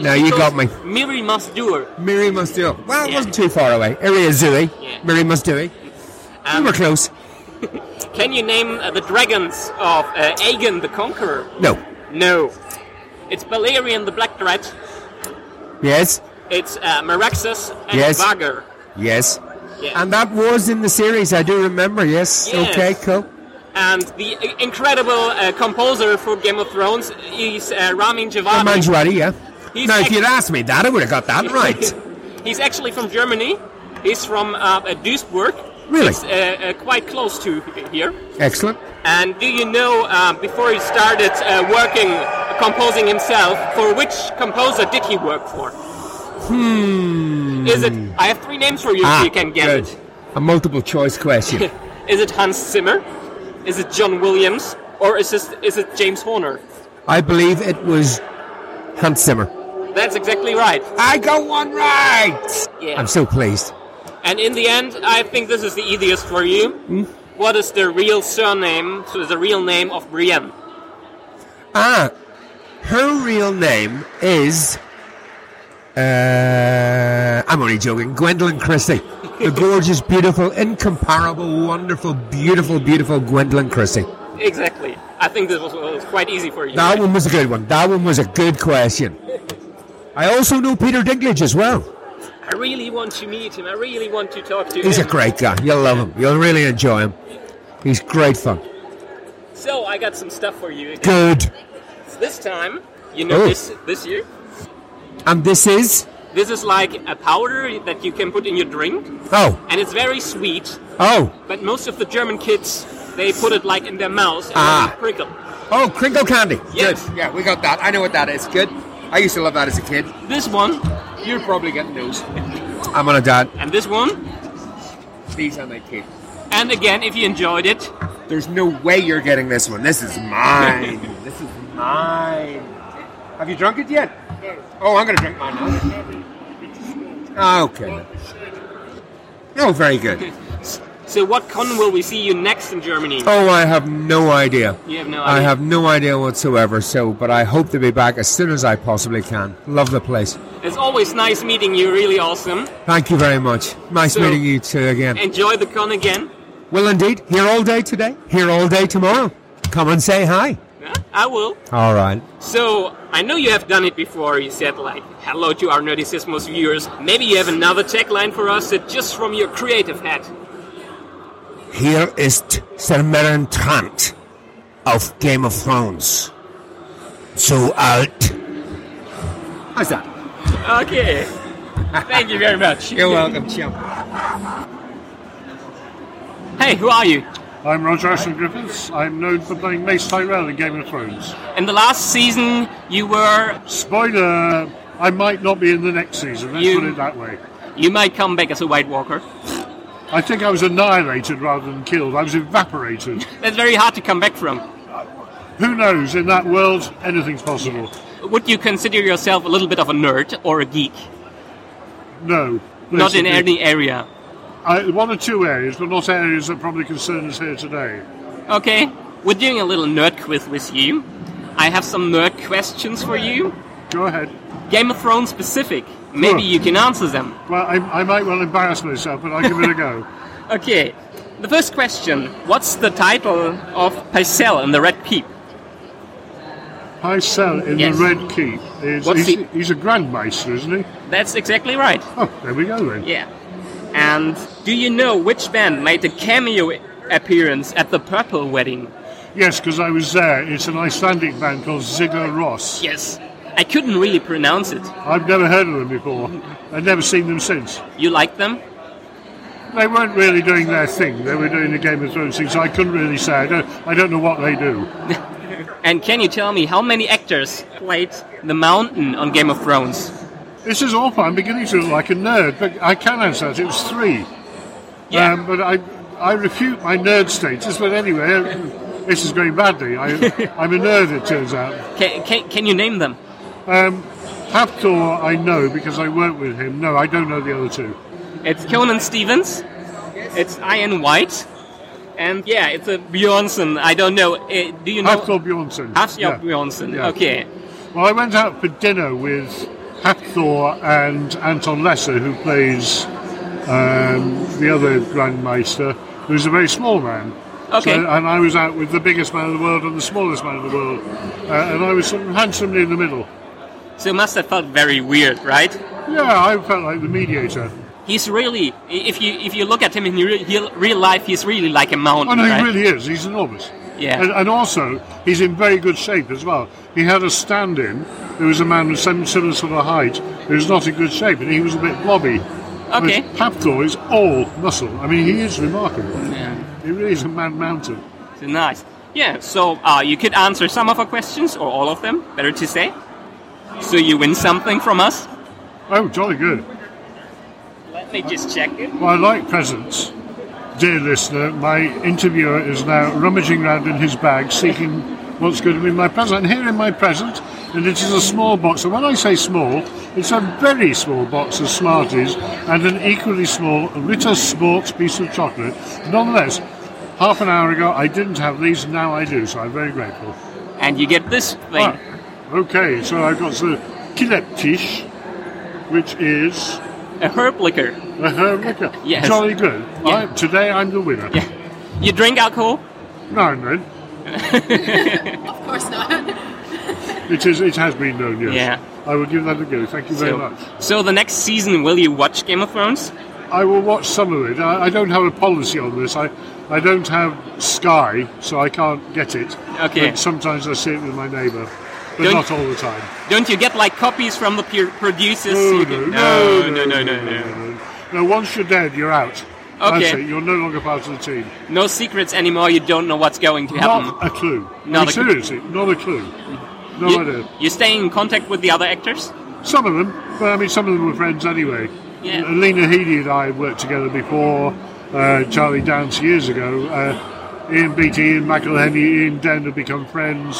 Speaker 2: No, you got me.
Speaker 10: Miri Masdur.
Speaker 2: Miri Musdui. Well, it wasn't too far away. Iriazuli. Yeah. Miri Musdui.
Speaker 10: Um,
Speaker 2: we were close.
Speaker 10: Can you name uh, the dragons of uh, Aegon the Conqueror?
Speaker 2: No.
Speaker 10: No. It's Balerion the Black Dread,
Speaker 2: Yes?
Speaker 10: it's uh, Meraxus, and
Speaker 2: Yes.
Speaker 10: Vagar.
Speaker 2: Yes.
Speaker 10: Yeah.
Speaker 2: And that was in the series, I do remember, yes.
Speaker 10: Yes.
Speaker 2: Okay, cool.
Speaker 10: And the i- incredible uh, composer for Game of Thrones is uh, Ramin Djawadi.
Speaker 2: Manjwari, yeah.
Speaker 10: He's
Speaker 2: now, if
Speaker 10: ex-
Speaker 2: you'd asked me that, I would have got that right.
Speaker 10: He's actually from Germany. He's from uh, uh, Duisburg.
Speaker 2: Really?
Speaker 10: It's uh, uh, quite close to here.
Speaker 2: Excellent.
Speaker 10: And do you know, uh, before he started uh, working, composing himself, for which composer did he work for?
Speaker 2: Hmm.
Speaker 10: Is it? I have three names for you
Speaker 2: Ah,
Speaker 10: if you can get
Speaker 2: good. A multiple choice question.
Speaker 10: it. is it Hans Zimmer? Is it John Williams? Or is it, is it James Horner?
Speaker 2: I believe it was Hans Zimmer.
Speaker 10: That's exactly right.
Speaker 2: I got one right!
Speaker 10: Yeah.
Speaker 2: I'm so pleased.
Speaker 10: And in the end, I think this is the easiest for you. What is the real surname, so the real name of Brienne?
Speaker 2: Ah, her real name is. Uh, I'm only joking. Gwendolyn Christie. The gorgeous, beautiful, incomparable, wonderful, beautiful, beautiful Gwendolyn Christie.
Speaker 10: Exactly. I think this was, was quite easy for you.
Speaker 2: That one was a good one. That one was a good question. I also know Peter Dinklage as well.
Speaker 10: I really want to meet him. I really want to talk to
Speaker 2: He's a
Speaker 10: him.
Speaker 2: great guy. You'll love him. You'll really enjoy him. He's great fun.
Speaker 10: So I got some stuff for you.
Speaker 2: Good.
Speaker 10: This time, you know,
Speaker 2: Oh.
Speaker 10: this this year,
Speaker 2: And this is.
Speaker 10: this is like a powder that you can put in your drink,
Speaker 2: Oh.
Speaker 10: and it's very sweet.
Speaker 2: Oh.
Speaker 10: But most of the German kids, they put it like in their mouth and
Speaker 2: Ah.
Speaker 10: then they crinkle.
Speaker 2: Oh, crinkle candy.
Speaker 10: Yes.
Speaker 2: Good. Yeah, we got that. I know what that is. Good. I used to love that as a kid.
Speaker 10: This one,
Speaker 2: you're probably getting those. I'm gonna die.
Speaker 10: And this one,
Speaker 2: These are my kids.
Speaker 10: and again, if you enjoyed it,
Speaker 2: There's no way you're getting this one. This is mine. this is mine. Have you drunk it yet? Oh, I'm gonna drink mine now. Okay. Oh, very good.
Speaker 10: so what con will we see you next in Germany?
Speaker 2: Oh, I have no idea.
Speaker 10: You have no
Speaker 2: I
Speaker 10: idea?
Speaker 2: have no idea whatsoever. So, but I hope to be back as soon as I possibly can. Love the place.
Speaker 10: It's always nice meeting you. Really awesome.
Speaker 2: Thank you very much. Nice
Speaker 10: So-
Speaker 2: meeting you two again.
Speaker 10: Enjoy the con again.
Speaker 2: Well, indeed. Here all day today. Here all day tomorrow. Come and say hi.
Speaker 10: Yeah, I will.
Speaker 2: All right.
Speaker 10: So, I know you have done it before. You said, like, hello to our Nerdisismos viewers. Maybe you have another tagline for us that just from your creative hat.
Speaker 2: Hier ist Sermeren Trant auf Game of Thrones. So alt. How's that?
Speaker 10: Okay. Thank you very much.
Speaker 2: You're welcome, champ.
Speaker 10: Hey, who are you?
Speaker 12: I'm Roger Ashton Griffiths. I'm known for playing Mace Tyrell in Game of Thrones.
Speaker 10: In the last season, you were.
Speaker 12: Spoiler! I might not be in the next season, let's
Speaker 10: You-
Speaker 12: put it that way.
Speaker 10: You might come back as a White Walker.
Speaker 12: I think I was annihilated rather than killed. I was evaporated.
Speaker 10: That's very hard to come back from.
Speaker 12: Who knows? In that world, anything's possible.
Speaker 10: Would you consider yourself a little bit of a nerd or a geek?
Speaker 12: No.
Speaker 10: Not in
Speaker 12: basically.
Speaker 10: any area.
Speaker 12: I, one or two areas, but not areas that probably concern us here today.
Speaker 10: Okay, we're doing a little nerd quiz with you. I have some nerd questions for you.
Speaker 12: Go ahead.
Speaker 10: Game of Thrones specific. Maybe
Speaker 12: Sure.
Speaker 10: you can answer them.
Speaker 12: Well, I, I might well embarrass myself, but I'll give it a go.
Speaker 10: Okay, the first question What's the title of Pycelle in the Red Keep?
Speaker 12: High cell in
Speaker 10: Yes.
Speaker 12: the Red Keep. Is,
Speaker 10: What's
Speaker 12: he's,
Speaker 10: the-
Speaker 12: he's a grandmaster, isn't he?
Speaker 10: That's exactly right.
Speaker 12: Oh, there we go then.
Speaker 10: Yeah. And do you know which band made a cameo appearance at the Purple Wedding?
Speaker 12: Yes, because I was there. It's an Icelandic band called Ziggur Ross.
Speaker 10: Yes. I couldn't really pronounce it.
Speaker 12: I've never heard of them before. I've never seen them since.
Speaker 10: You like them?
Speaker 12: They weren't really doing their thing. They were doing the Game of Thrones thing, so I couldn't really say. I don't, I don't know what they do.
Speaker 10: And can you tell me how many actors played the Mountain on Game of Thrones?
Speaker 12: This is awful. I'm beginning to look like a nerd, but I can answer that. It was three. Yeah. Um, but I, I refute my nerd status, but anyway, this is going badly. I, I'm a nerd, it turns out.
Speaker 10: Can, can, can you name them?
Speaker 12: Um, Haptor, I know because I work with him. No, I don't know the other two.
Speaker 10: It's Conan Stevens. It's Ian White. And yeah, it's a Bjornsson. I don't know. Uh, do you know?
Speaker 12: Hafthor Bjornsson.
Speaker 10: Hafthor Bjornsson.
Speaker 12: Yeah.
Speaker 10: Okay.
Speaker 12: Well, I went out for dinner with Hapthor and Anton Lesser, who plays um, the other Grandmeister, who's a very small man.
Speaker 10: Okay.
Speaker 12: So, and I was out with the biggest man in the world and the smallest man in the world, uh, and I was sort of handsomely in the middle.
Speaker 10: So it must have felt very weird, right?
Speaker 12: Yeah, I felt like the mediator.
Speaker 10: He's really, if you if you look at him in real, he'll- real life, he's really like a mountain.
Speaker 12: Oh no,
Speaker 10: right?
Speaker 12: he really is. He's enormous.
Speaker 10: Yeah.
Speaker 12: And, and also, he's in very good shape as well. He had a stand-in who was a man with some similar sort of height who was not in good shape, and he was a bit blobby.
Speaker 10: Okay.
Speaker 12: Whereas Haptor is all muscle. I mean, he is remarkable.
Speaker 10: Yeah.
Speaker 12: He really is a man mountain.
Speaker 10: So nice. Yeah. So uh, you could answer some of our questions or all of them. Better to say. So you win something from us.
Speaker 12: Oh, jolly good.
Speaker 10: Let me just check it.
Speaker 12: Well, I like presents. Dear listener, my interviewer is now rummaging round in his bag seeking what's going to be my present. And here in my present, and it is a small box. And when I say small, it's a very small box of Smarties and an equally small Ritter Sports piece of chocolate. Nonetheless, half an hour ago I didn't have these, now I do, so I'm very grateful.
Speaker 10: And you get this thing.
Speaker 12: Ah, okay, so I've got the Kileptisch, which is.
Speaker 10: A herb liquor.
Speaker 12: A herb liquor.
Speaker 10: Yes.
Speaker 12: Jolly good.
Speaker 10: Yeah.
Speaker 12: I, today I'm the winner.
Speaker 10: You drink alcohol?
Speaker 12: No, no.
Speaker 20: Of course not.
Speaker 12: It is. It has been known. Yes.
Speaker 10: Yeah.
Speaker 12: I will give that a go. Thank you very
Speaker 10: so,
Speaker 12: much.
Speaker 10: so the next season, will you watch Game of Thrones?
Speaker 12: I will watch some of it. I, I don't have a policy on this. I, I don't have Sky, so I can't get it.
Speaker 10: Okay.
Speaker 12: But sometimes I see it with my neighbour, but
Speaker 10: Don't-
Speaker 12: not all the time.
Speaker 10: Don't you get like copies from the peer producers?
Speaker 12: No, no,
Speaker 10: You get-
Speaker 12: no,
Speaker 10: no, no, no,
Speaker 12: no. No, once you're dead, you're out. That's
Speaker 10: Okay.
Speaker 12: it. You're no longer part of the team.
Speaker 10: No secrets anymore. You don't know what's going to happen.
Speaker 12: Not a clue. I
Speaker 10: Not
Speaker 12: mean,
Speaker 10: a clue.
Speaker 12: seriously, not a clue. No
Speaker 10: you,
Speaker 12: idea.
Speaker 10: You stay in contact with the other actors?
Speaker 12: Some of them, but I mean, some of them were friends anyway. Uh,
Speaker 10: Yeah.
Speaker 12: Lena Headey and I worked together before uh, Charlie Dance years ago. Uh, Ian Beattie, Ian McElhenney, Ian Den have become friends.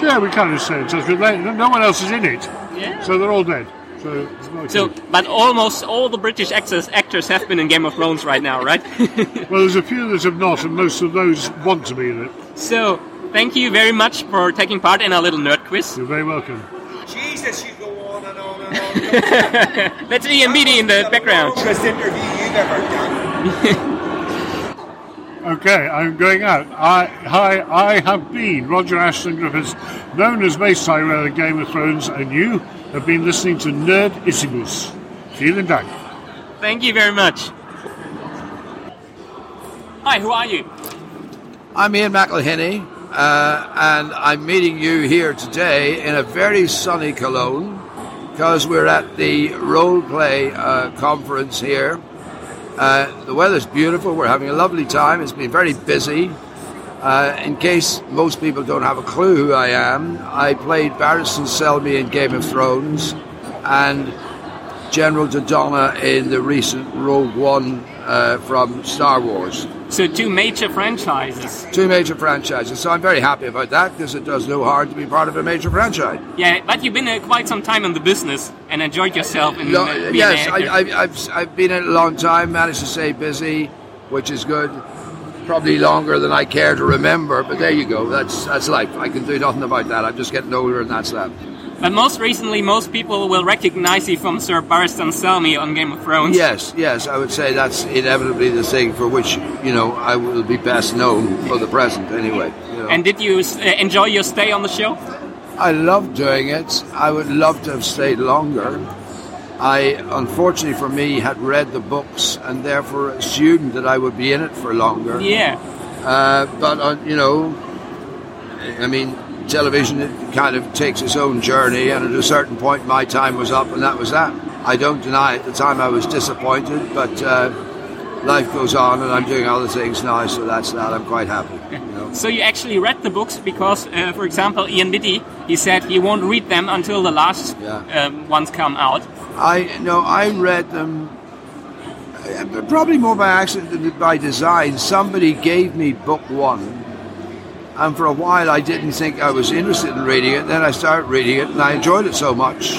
Speaker 12: So, yeah, we kind of stay in touch, but they- no one else is in it.
Speaker 10: Yeah.
Speaker 12: So they're all dead. So, it's not
Speaker 10: So,
Speaker 12: good.
Speaker 10: but almost all the British actors actors have been in Game of Thrones right now, right?
Speaker 12: well, there's a few that have not, and most of those want to be in it.
Speaker 10: so, thank you very much for taking part in our little nerd quiz.
Speaker 12: You're very welcome.
Speaker 21: Jesus, you go on and on and on.
Speaker 10: That's Ian Beatty in the background.
Speaker 21: Longest interview you've ever done.
Speaker 12: Okay, I'm going out. I, hi, I have been Roger Ashton Griffiths, known as Mace Tyrell in Game of Thrones, and you have been listening to Nerd Issimus. Vielen Dank.
Speaker 10: Thank you very much. Hi, who are you?
Speaker 11: I'm Ian McElhinney, uh, and I'm meeting you here today in a very sunny Cologne because we're at the role play uh, conference here. Uh, the weather's beautiful, we're having a lovely time, it's been very busy. Uh, in case most people don't have a clue who I am, I played Barristan Selmy in Game of Thrones and General Dodonna in the recent Rogue One uh, from Star Wars
Speaker 10: So, two major franchises.
Speaker 11: two major franchises. So I'm very happy about that because it does no harm to be part of a major franchise.
Speaker 10: Yeah, but you've been uh, quite some time in the business and enjoyed yourself in
Speaker 11: No,
Speaker 10: uh, being
Speaker 11: yes,
Speaker 10: an
Speaker 11: I,
Speaker 10: actor.
Speaker 11: I, I've, I've been in it a long time, managed to stay busy, which is good. Probably longer than I care to remember, but there you go. That's that's life. I can do nothing about that. I'm just getting older, and that's that.
Speaker 10: But most recently, most people will recognize you from Sir Barristan Selmy on Game of Thrones.
Speaker 11: Yes, yes, I would say that's inevitably the thing for which you know I will be best known for the present, anyway. you know.
Speaker 10: And did you uh, enjoy your stay on the show?
Speaker 11: I loved doing it. I would love to have stayed longer. I, unfortunately for me, had read the books and therefore assumed that I would be in it for longer.
Speaker 22: Yeah.
Speaker 11: Uh, but, uh, you know, I mean, television it kind of takes its own journey, and at a certain point, my time was up, and that was that. I don't deny at the time I was disappointed, but uh, life goes on, and I'm doing other things now, so that's that. I'm quite happy.
Speaker 10: So you actually read the books because, uh, for example, Ian Biddy, he said he won't read them until the last um, ones come out.
Speaker 11: I no, I read them uh, probably more by accident than by design. Somebody gave me book one, and for a while I didn't think I was interested in reading it. Then I started reading it, and I enjoyed it so much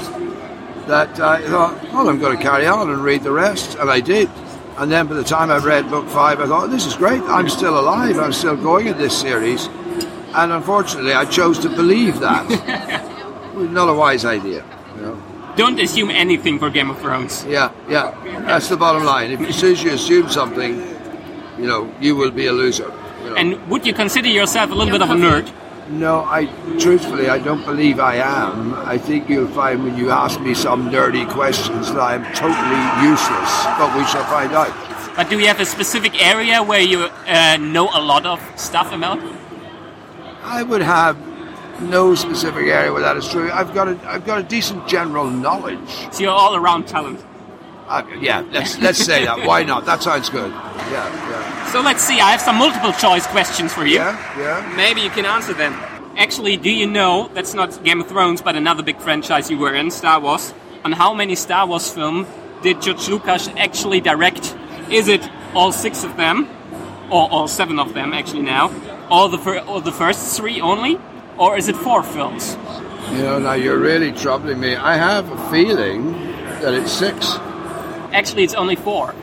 Speaker 11: that I thought, well, I'm going to carry on and read the rest, and I did. And then by the time I read book five, I thought, this is great. I'm still alive. I'm still going in this series. And unfortunately, I chose to believe that. Not a wise idea. you know.
Speaker 10: Don't assume anything for Game of Thrones.
Speaker 11: Yeah, yeah. That's the bottom line. If, as soon as you assume something, you know, you will be a loser. you know.
Speaker 10: And would you consider yourself a little bit of a nerd?
Speaker 11: No, I truthfully I don't believe I am. I think you'll find when you ask me some nerdy questions that I am totally useless. But we shall find out.
Speaker 10: But do you have a specific area where you uh, know a lot of stuff about?
Speaker 11: I would have no specific area where that is true. I've got a I've got a decent general knowledge.
Speaker 10: So you're all around talent.
Speaker 11: Uh, yeah, let's let's say that. Why not? That sounds good. Yeah, yeah.
Speaker 10: So let's see, I have some multiple choice questions for you.
Speaker 11: Yeah.
Speaker 10: Maybe you can answer them. Actually, do you know, that's not Game of Thrones, but another big franchise you were in, Star Wars, on how many Star Wars films did George Lucas actually direct? Is it all six of them, or all seven of them actually now, all the, fir- all the first three only, or is it four films?
Speaker 11: You know, now you're really troubling me. I have a feeling that it's six.
Speaker 10: Actually, it's only four.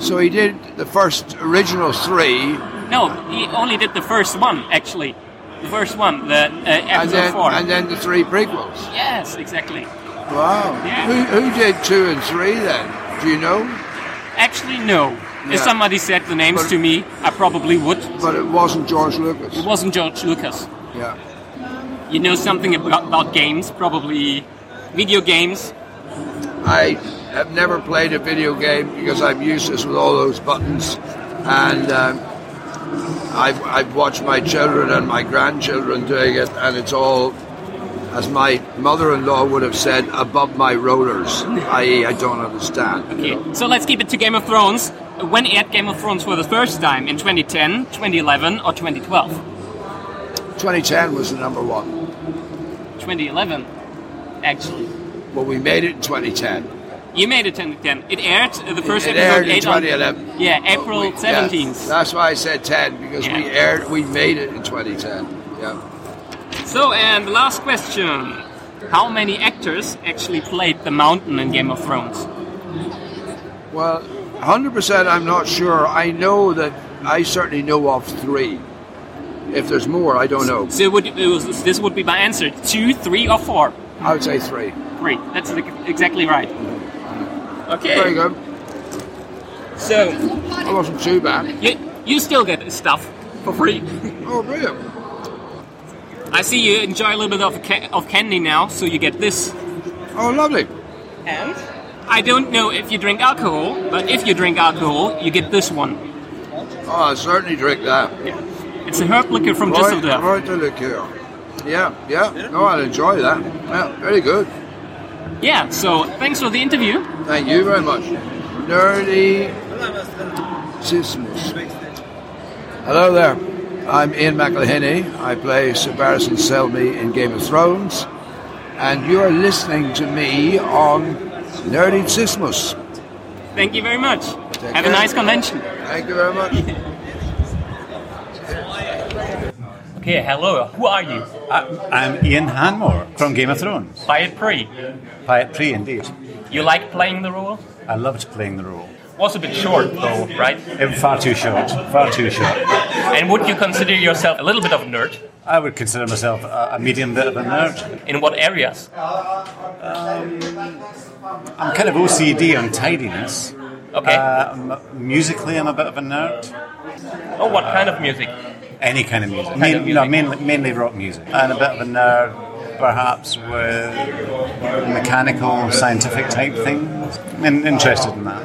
Speaker 11: So he did the first original three,
Speaker 10: No, he only did the first one, actually. The first one, the uh,
Speaker 11: and
Speaker 10: episode
Speaker 11: then
Speaker 10: four.
Speaker 11: and then the three prequels.
Speaker 10: Yes, exactly.
Speaker 11: Wow. Who, who did two and three then? Do you know?
Speaker 10: Actually, no.
Speaker 11: Yeah.
Speaker 10: If somebody said the names to me, I probably would.
Speaker 11: But it wasn't George Lucas.
Speaker 10: It wasn't George Lucas.
Speaker 11: Yeah.
Speaker 10: You know something about, about games, probably video games.
Speaker 11: I have never played a video game because I'm useless with all those buttons, and um, I've, I've watched my children and my grandchildren doing it, and it's all, as my mother-in-law would have said, above my rollers. I.e., I don't understand.
Speaker 10: Okay, so let's keep it to Game of Thrones. When aired Game of Thrones for the first time in 2010, 2011, or 2012?
Speaker 11: 2010 was the number one.
Speaker 10: 2011, actually.
Speaker 11: Well, we made it in 2010.
Speaker 10: You made it 2010. It aired uh, the first
Speaker 11: it aired
Speaker 10: episode
Speaker 11: in
Speaker 10: eight on-
Speaker 11: 2011.
Speaker 10: Yeah, April
Speaker 11: Yeah,
Speaker 10: 17th.
Speaker 11: that's why I said 10 because we
Speaker 10: Yeah.
Speaker 11: aired, we made it in 2010. Yeah.
Speaker 10: So, and the last question. How many actors actually played the mountain in Game of Thrones?
Speaker 11: Well, 100% I'm not sure. I know that I certainly know of three. If there's more, I don't know.
Speaker 10: So it would, it was, this would be my answer. Two, three, or four?
Speaker 11: I would say three.
Speaker 10: Three. That's the, exactly right. Okay.
Speaker 11: Very good.
Speaker 10: So.
Speaker 11: I wasn't too bad.
Speaker 10: You, you still get stuff for free.
Speaker 11: Oh, brilliant.
Speaker 10: I see you enjoy a little bit of, ca- of candy now, so you get this.
Speaker 11: Oh, lovely.
Speaker 10: And? I don't know if you drink alcohol, but if you drink alcohol, you get this one.
Speaker 11: Oh, I certainly drink that.
Speaker 10: It's a herb liquor from
Speaker 11: Roy-
Speaker 10: Düsseldorf.
Speaker 11: Roy de liqueur. Yeah, yeah. No, I'll enjoy that. Yeah, very good.
Speaker 10: Yeah, so thanks for the interview.
Speaker 11: Thank you very much. Nerdy Sismus. Hello there. I'm Ian McElhinney. I play Sir Barrison Selmy in Game of Thrones. And you're listening to me on Nerdy Sismus.
Speaker 10: Thank you very much. Have
Speaker 11: care.
Speaker 10: a nice convention.
Speaker 11: Thank you very much.
Speaker 23: Okay, hello. Who are you?
Speaker 14: I'm Ian Hanmore from Game of Thrones.
Speaker 10: Bayard Pre.
Speaker 14: Pirate Tree, indeed.
Speaker 10: You like playing the role?
Speaker 14: I loved playing the role.
Speaker 10: Was a bit short though, right?
Speaker 14: It, far too short. Far too short.
Speaker 10: And would you consider yourself a little bit of a nerd?
Speaker 14: I would consider myself a, a medium bit of a nerd. Um,
Speaker 10: In what areas?
Speaker 14: I'm kind of OCD on tidiness. Uh,
Speaker 10: Okay.
Speaker 14: musically, I'm a bit of a nerd.
Speaker 10: Oh, what kind of music?
Speaker 14: Any kind of music. Kind of Main- No, mainly, mainly rock music. And a bit of a nerd, perhaps, with mechanical, scientific type things. In, interested in that.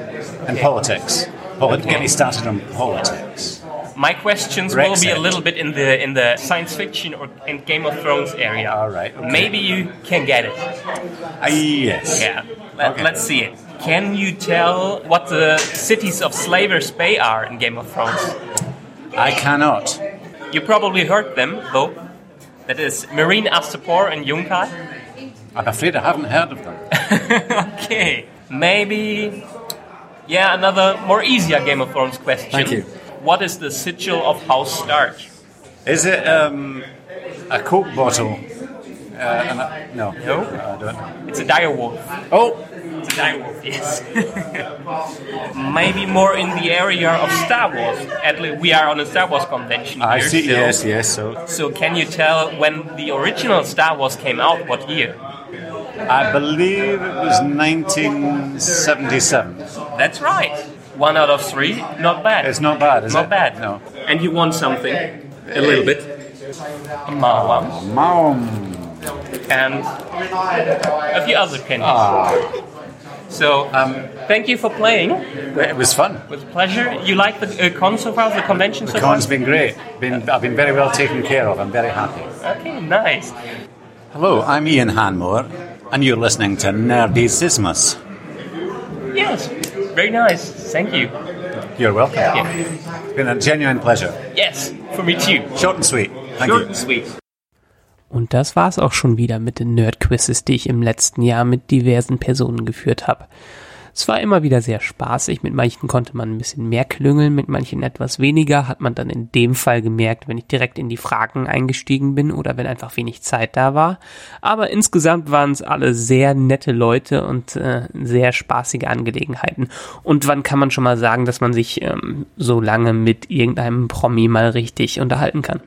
Speaker 14: And politics. Polit- Get me started on politics.
Speaker 10: My questions will be a
Speaker 14: Brexit.
Speaker 10: little bit in the in the science fiction or in Game of Thrones area. All right. Maybe you can get it.
Speaker 14: Ah, yes.
Speaker 10: Yeah. Let, Let's see it. Can you tell what the cities of Slavers Bay are in Game of Thrones?
Speaker 14: I cannot.
Speaker 10: You probably heard them though. That is Marine Astapor and Yunkai.
Speaker 14: I'm afraid I haven't heard of them.
Speaker 10: Okay. Maybe. Yeah, another more easier Game of Thrones question.
Speaker 14: Thank you.
Speaker 10: What is the sigil of House Stark?
Speaker 14: Is it um, a Coke bottle? Uh, and a- no.
Speaker 10: No?
Speaker 14: I don't know.
Speaker 10: It's a dire wolf.
Speaker 14: Oh!
Speaker 10: It's a dire wolf, yes. Maybe more in the area of Star Wars. At least we are on a Star Wars convention
Speaker 14: I
Speaker 10: here.
Speaker 14: see,
Speaker 10: so-
Speaker 14: yes, yes, so.
Speaker 10: So can you tell when the original Star Wars came out? What year?
Speaker 14: I believe it was 1977.
Speaker 10: That's right. One out of three. Not bad.
Speaker 14: It's not bad, is
Speaker 10: not
Speaker 14: it?
Speaker 10: bad.
Speaker 14: No.
Speaker 10: And you won something.
Speaker 14: A little bit.
Speaker 10: A Mawam.
Speaker 14: Maum.
Speaker 10: And a few other pennies.
Speaker 14: Ah.
Speaker 10: So, um, thank you for playing.
Speaker 14: It was fun.
Speaker 10: With pleasure. You like the uh, con so far, the convention
Speaker 14: The
Speaker 10: so far?
Speaker 14: con's been great. Been, I've been very well taken care of. I'm very happy.
Speaker 10: Okay, nice.
Speaker 14: Hello, I'm Ian Hanmore, and you're listening to Nerdy Sismus.
Speaker 10: Yes, very nice. Thank you.
Speaker 14: You're welcome. It's been a genuine pleasure.
Speaker 10: Yes, for me too.
Speaker 14: Short and sweet. Thank
Speaker 10: Short
Speaker 14: you.
Speaker 10: and sweet.
Speaker 13: Und das war's auch schon wieder mit den Nerd-Quizzes, die ich im letzten Jahr mit diversen Personen geführt habe. Es war immer wieder sehr spaßig, mit manchen konnte man ein bisschen mehr klüngeln, mit manchen etwas weniger, hat man dann in dem Fall gemerkt, wenn ich direkt in die Fragen eingestiegen bin oder wenn einfach wenig Zeit da war. Aber insgesamt waren es alle sehr nette Leute und äh, sehr spaßige Angelegenheiten. Und wann kann man schon mal sagen, dass man sich ähm, so lange mit irgendeinem Promi mal richtig unterhalten kann?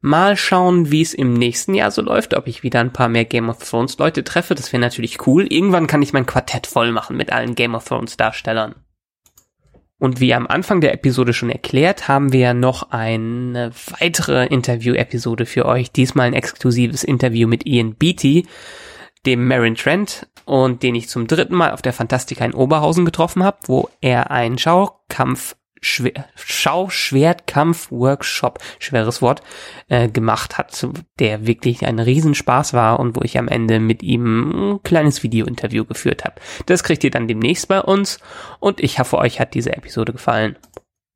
Speaker 13: Mal schauen, wie es im nächsten Jahr so läuft, ob ich wieder ein paar mehr Game of Thrones Leute treffe. Das wäre natürlich cool. Irgendwann kann ich mein Quartett voll machen mit allen Game of Thrones Darstellern. Und wie am Anfang der Episode schon erklärt, haben wir ja noch eine weitere Interview-Episode für euch. Diesmal ein exklusives Interview mit Ian Beatty, dem Marin Trent und den ich zum dritten Mal auf der Fantastika in Oberhausen getroffen habe, wo er einen Schaukampf Schwer, Schauschwertkampf-Workshop, schweres Wort, äh, gemacht hat, der wirklich ein Riesenspaß war und wo ich am Ende mit ihm ein kleines Video-Interview geführt habe. Das kriegt ihr dann demnächst bei uns und ich hoffe, euch hat diese Episode gefallen.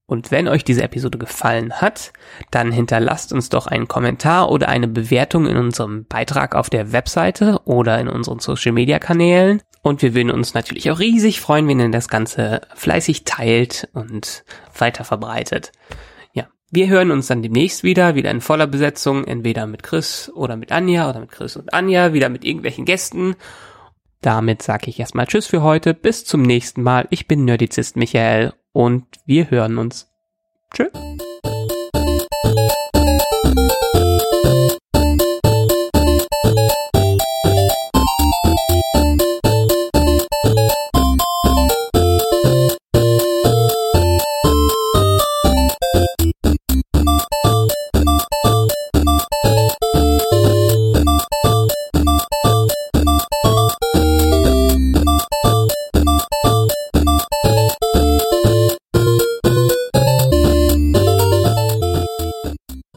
Speaker 13: Und wenn euch diese Episode gefallen hat, dann hinterlasst uns doch einen Kommentar oder eine Bewertung in unserem Beitrag auf der Webseite oder in unseren Social Media Kanälen. Und wir würden uns natürlich auch riesig freuen, wenn ihr das Ganze fleißig teilt und weiter verbreitet. Ja, wir hören uns dann demnächst wieder, wieder in voller Besetzung, entweder mit Chris oder mit Anja oder mit Chris und Anja, wieder mit irgendwelchen Gästen. Damit sage ich erstmal Tschüss für heute. Bis zum nächsten Mal. Ich bin Nerdizist Michael und wir hören uns. Tschüss.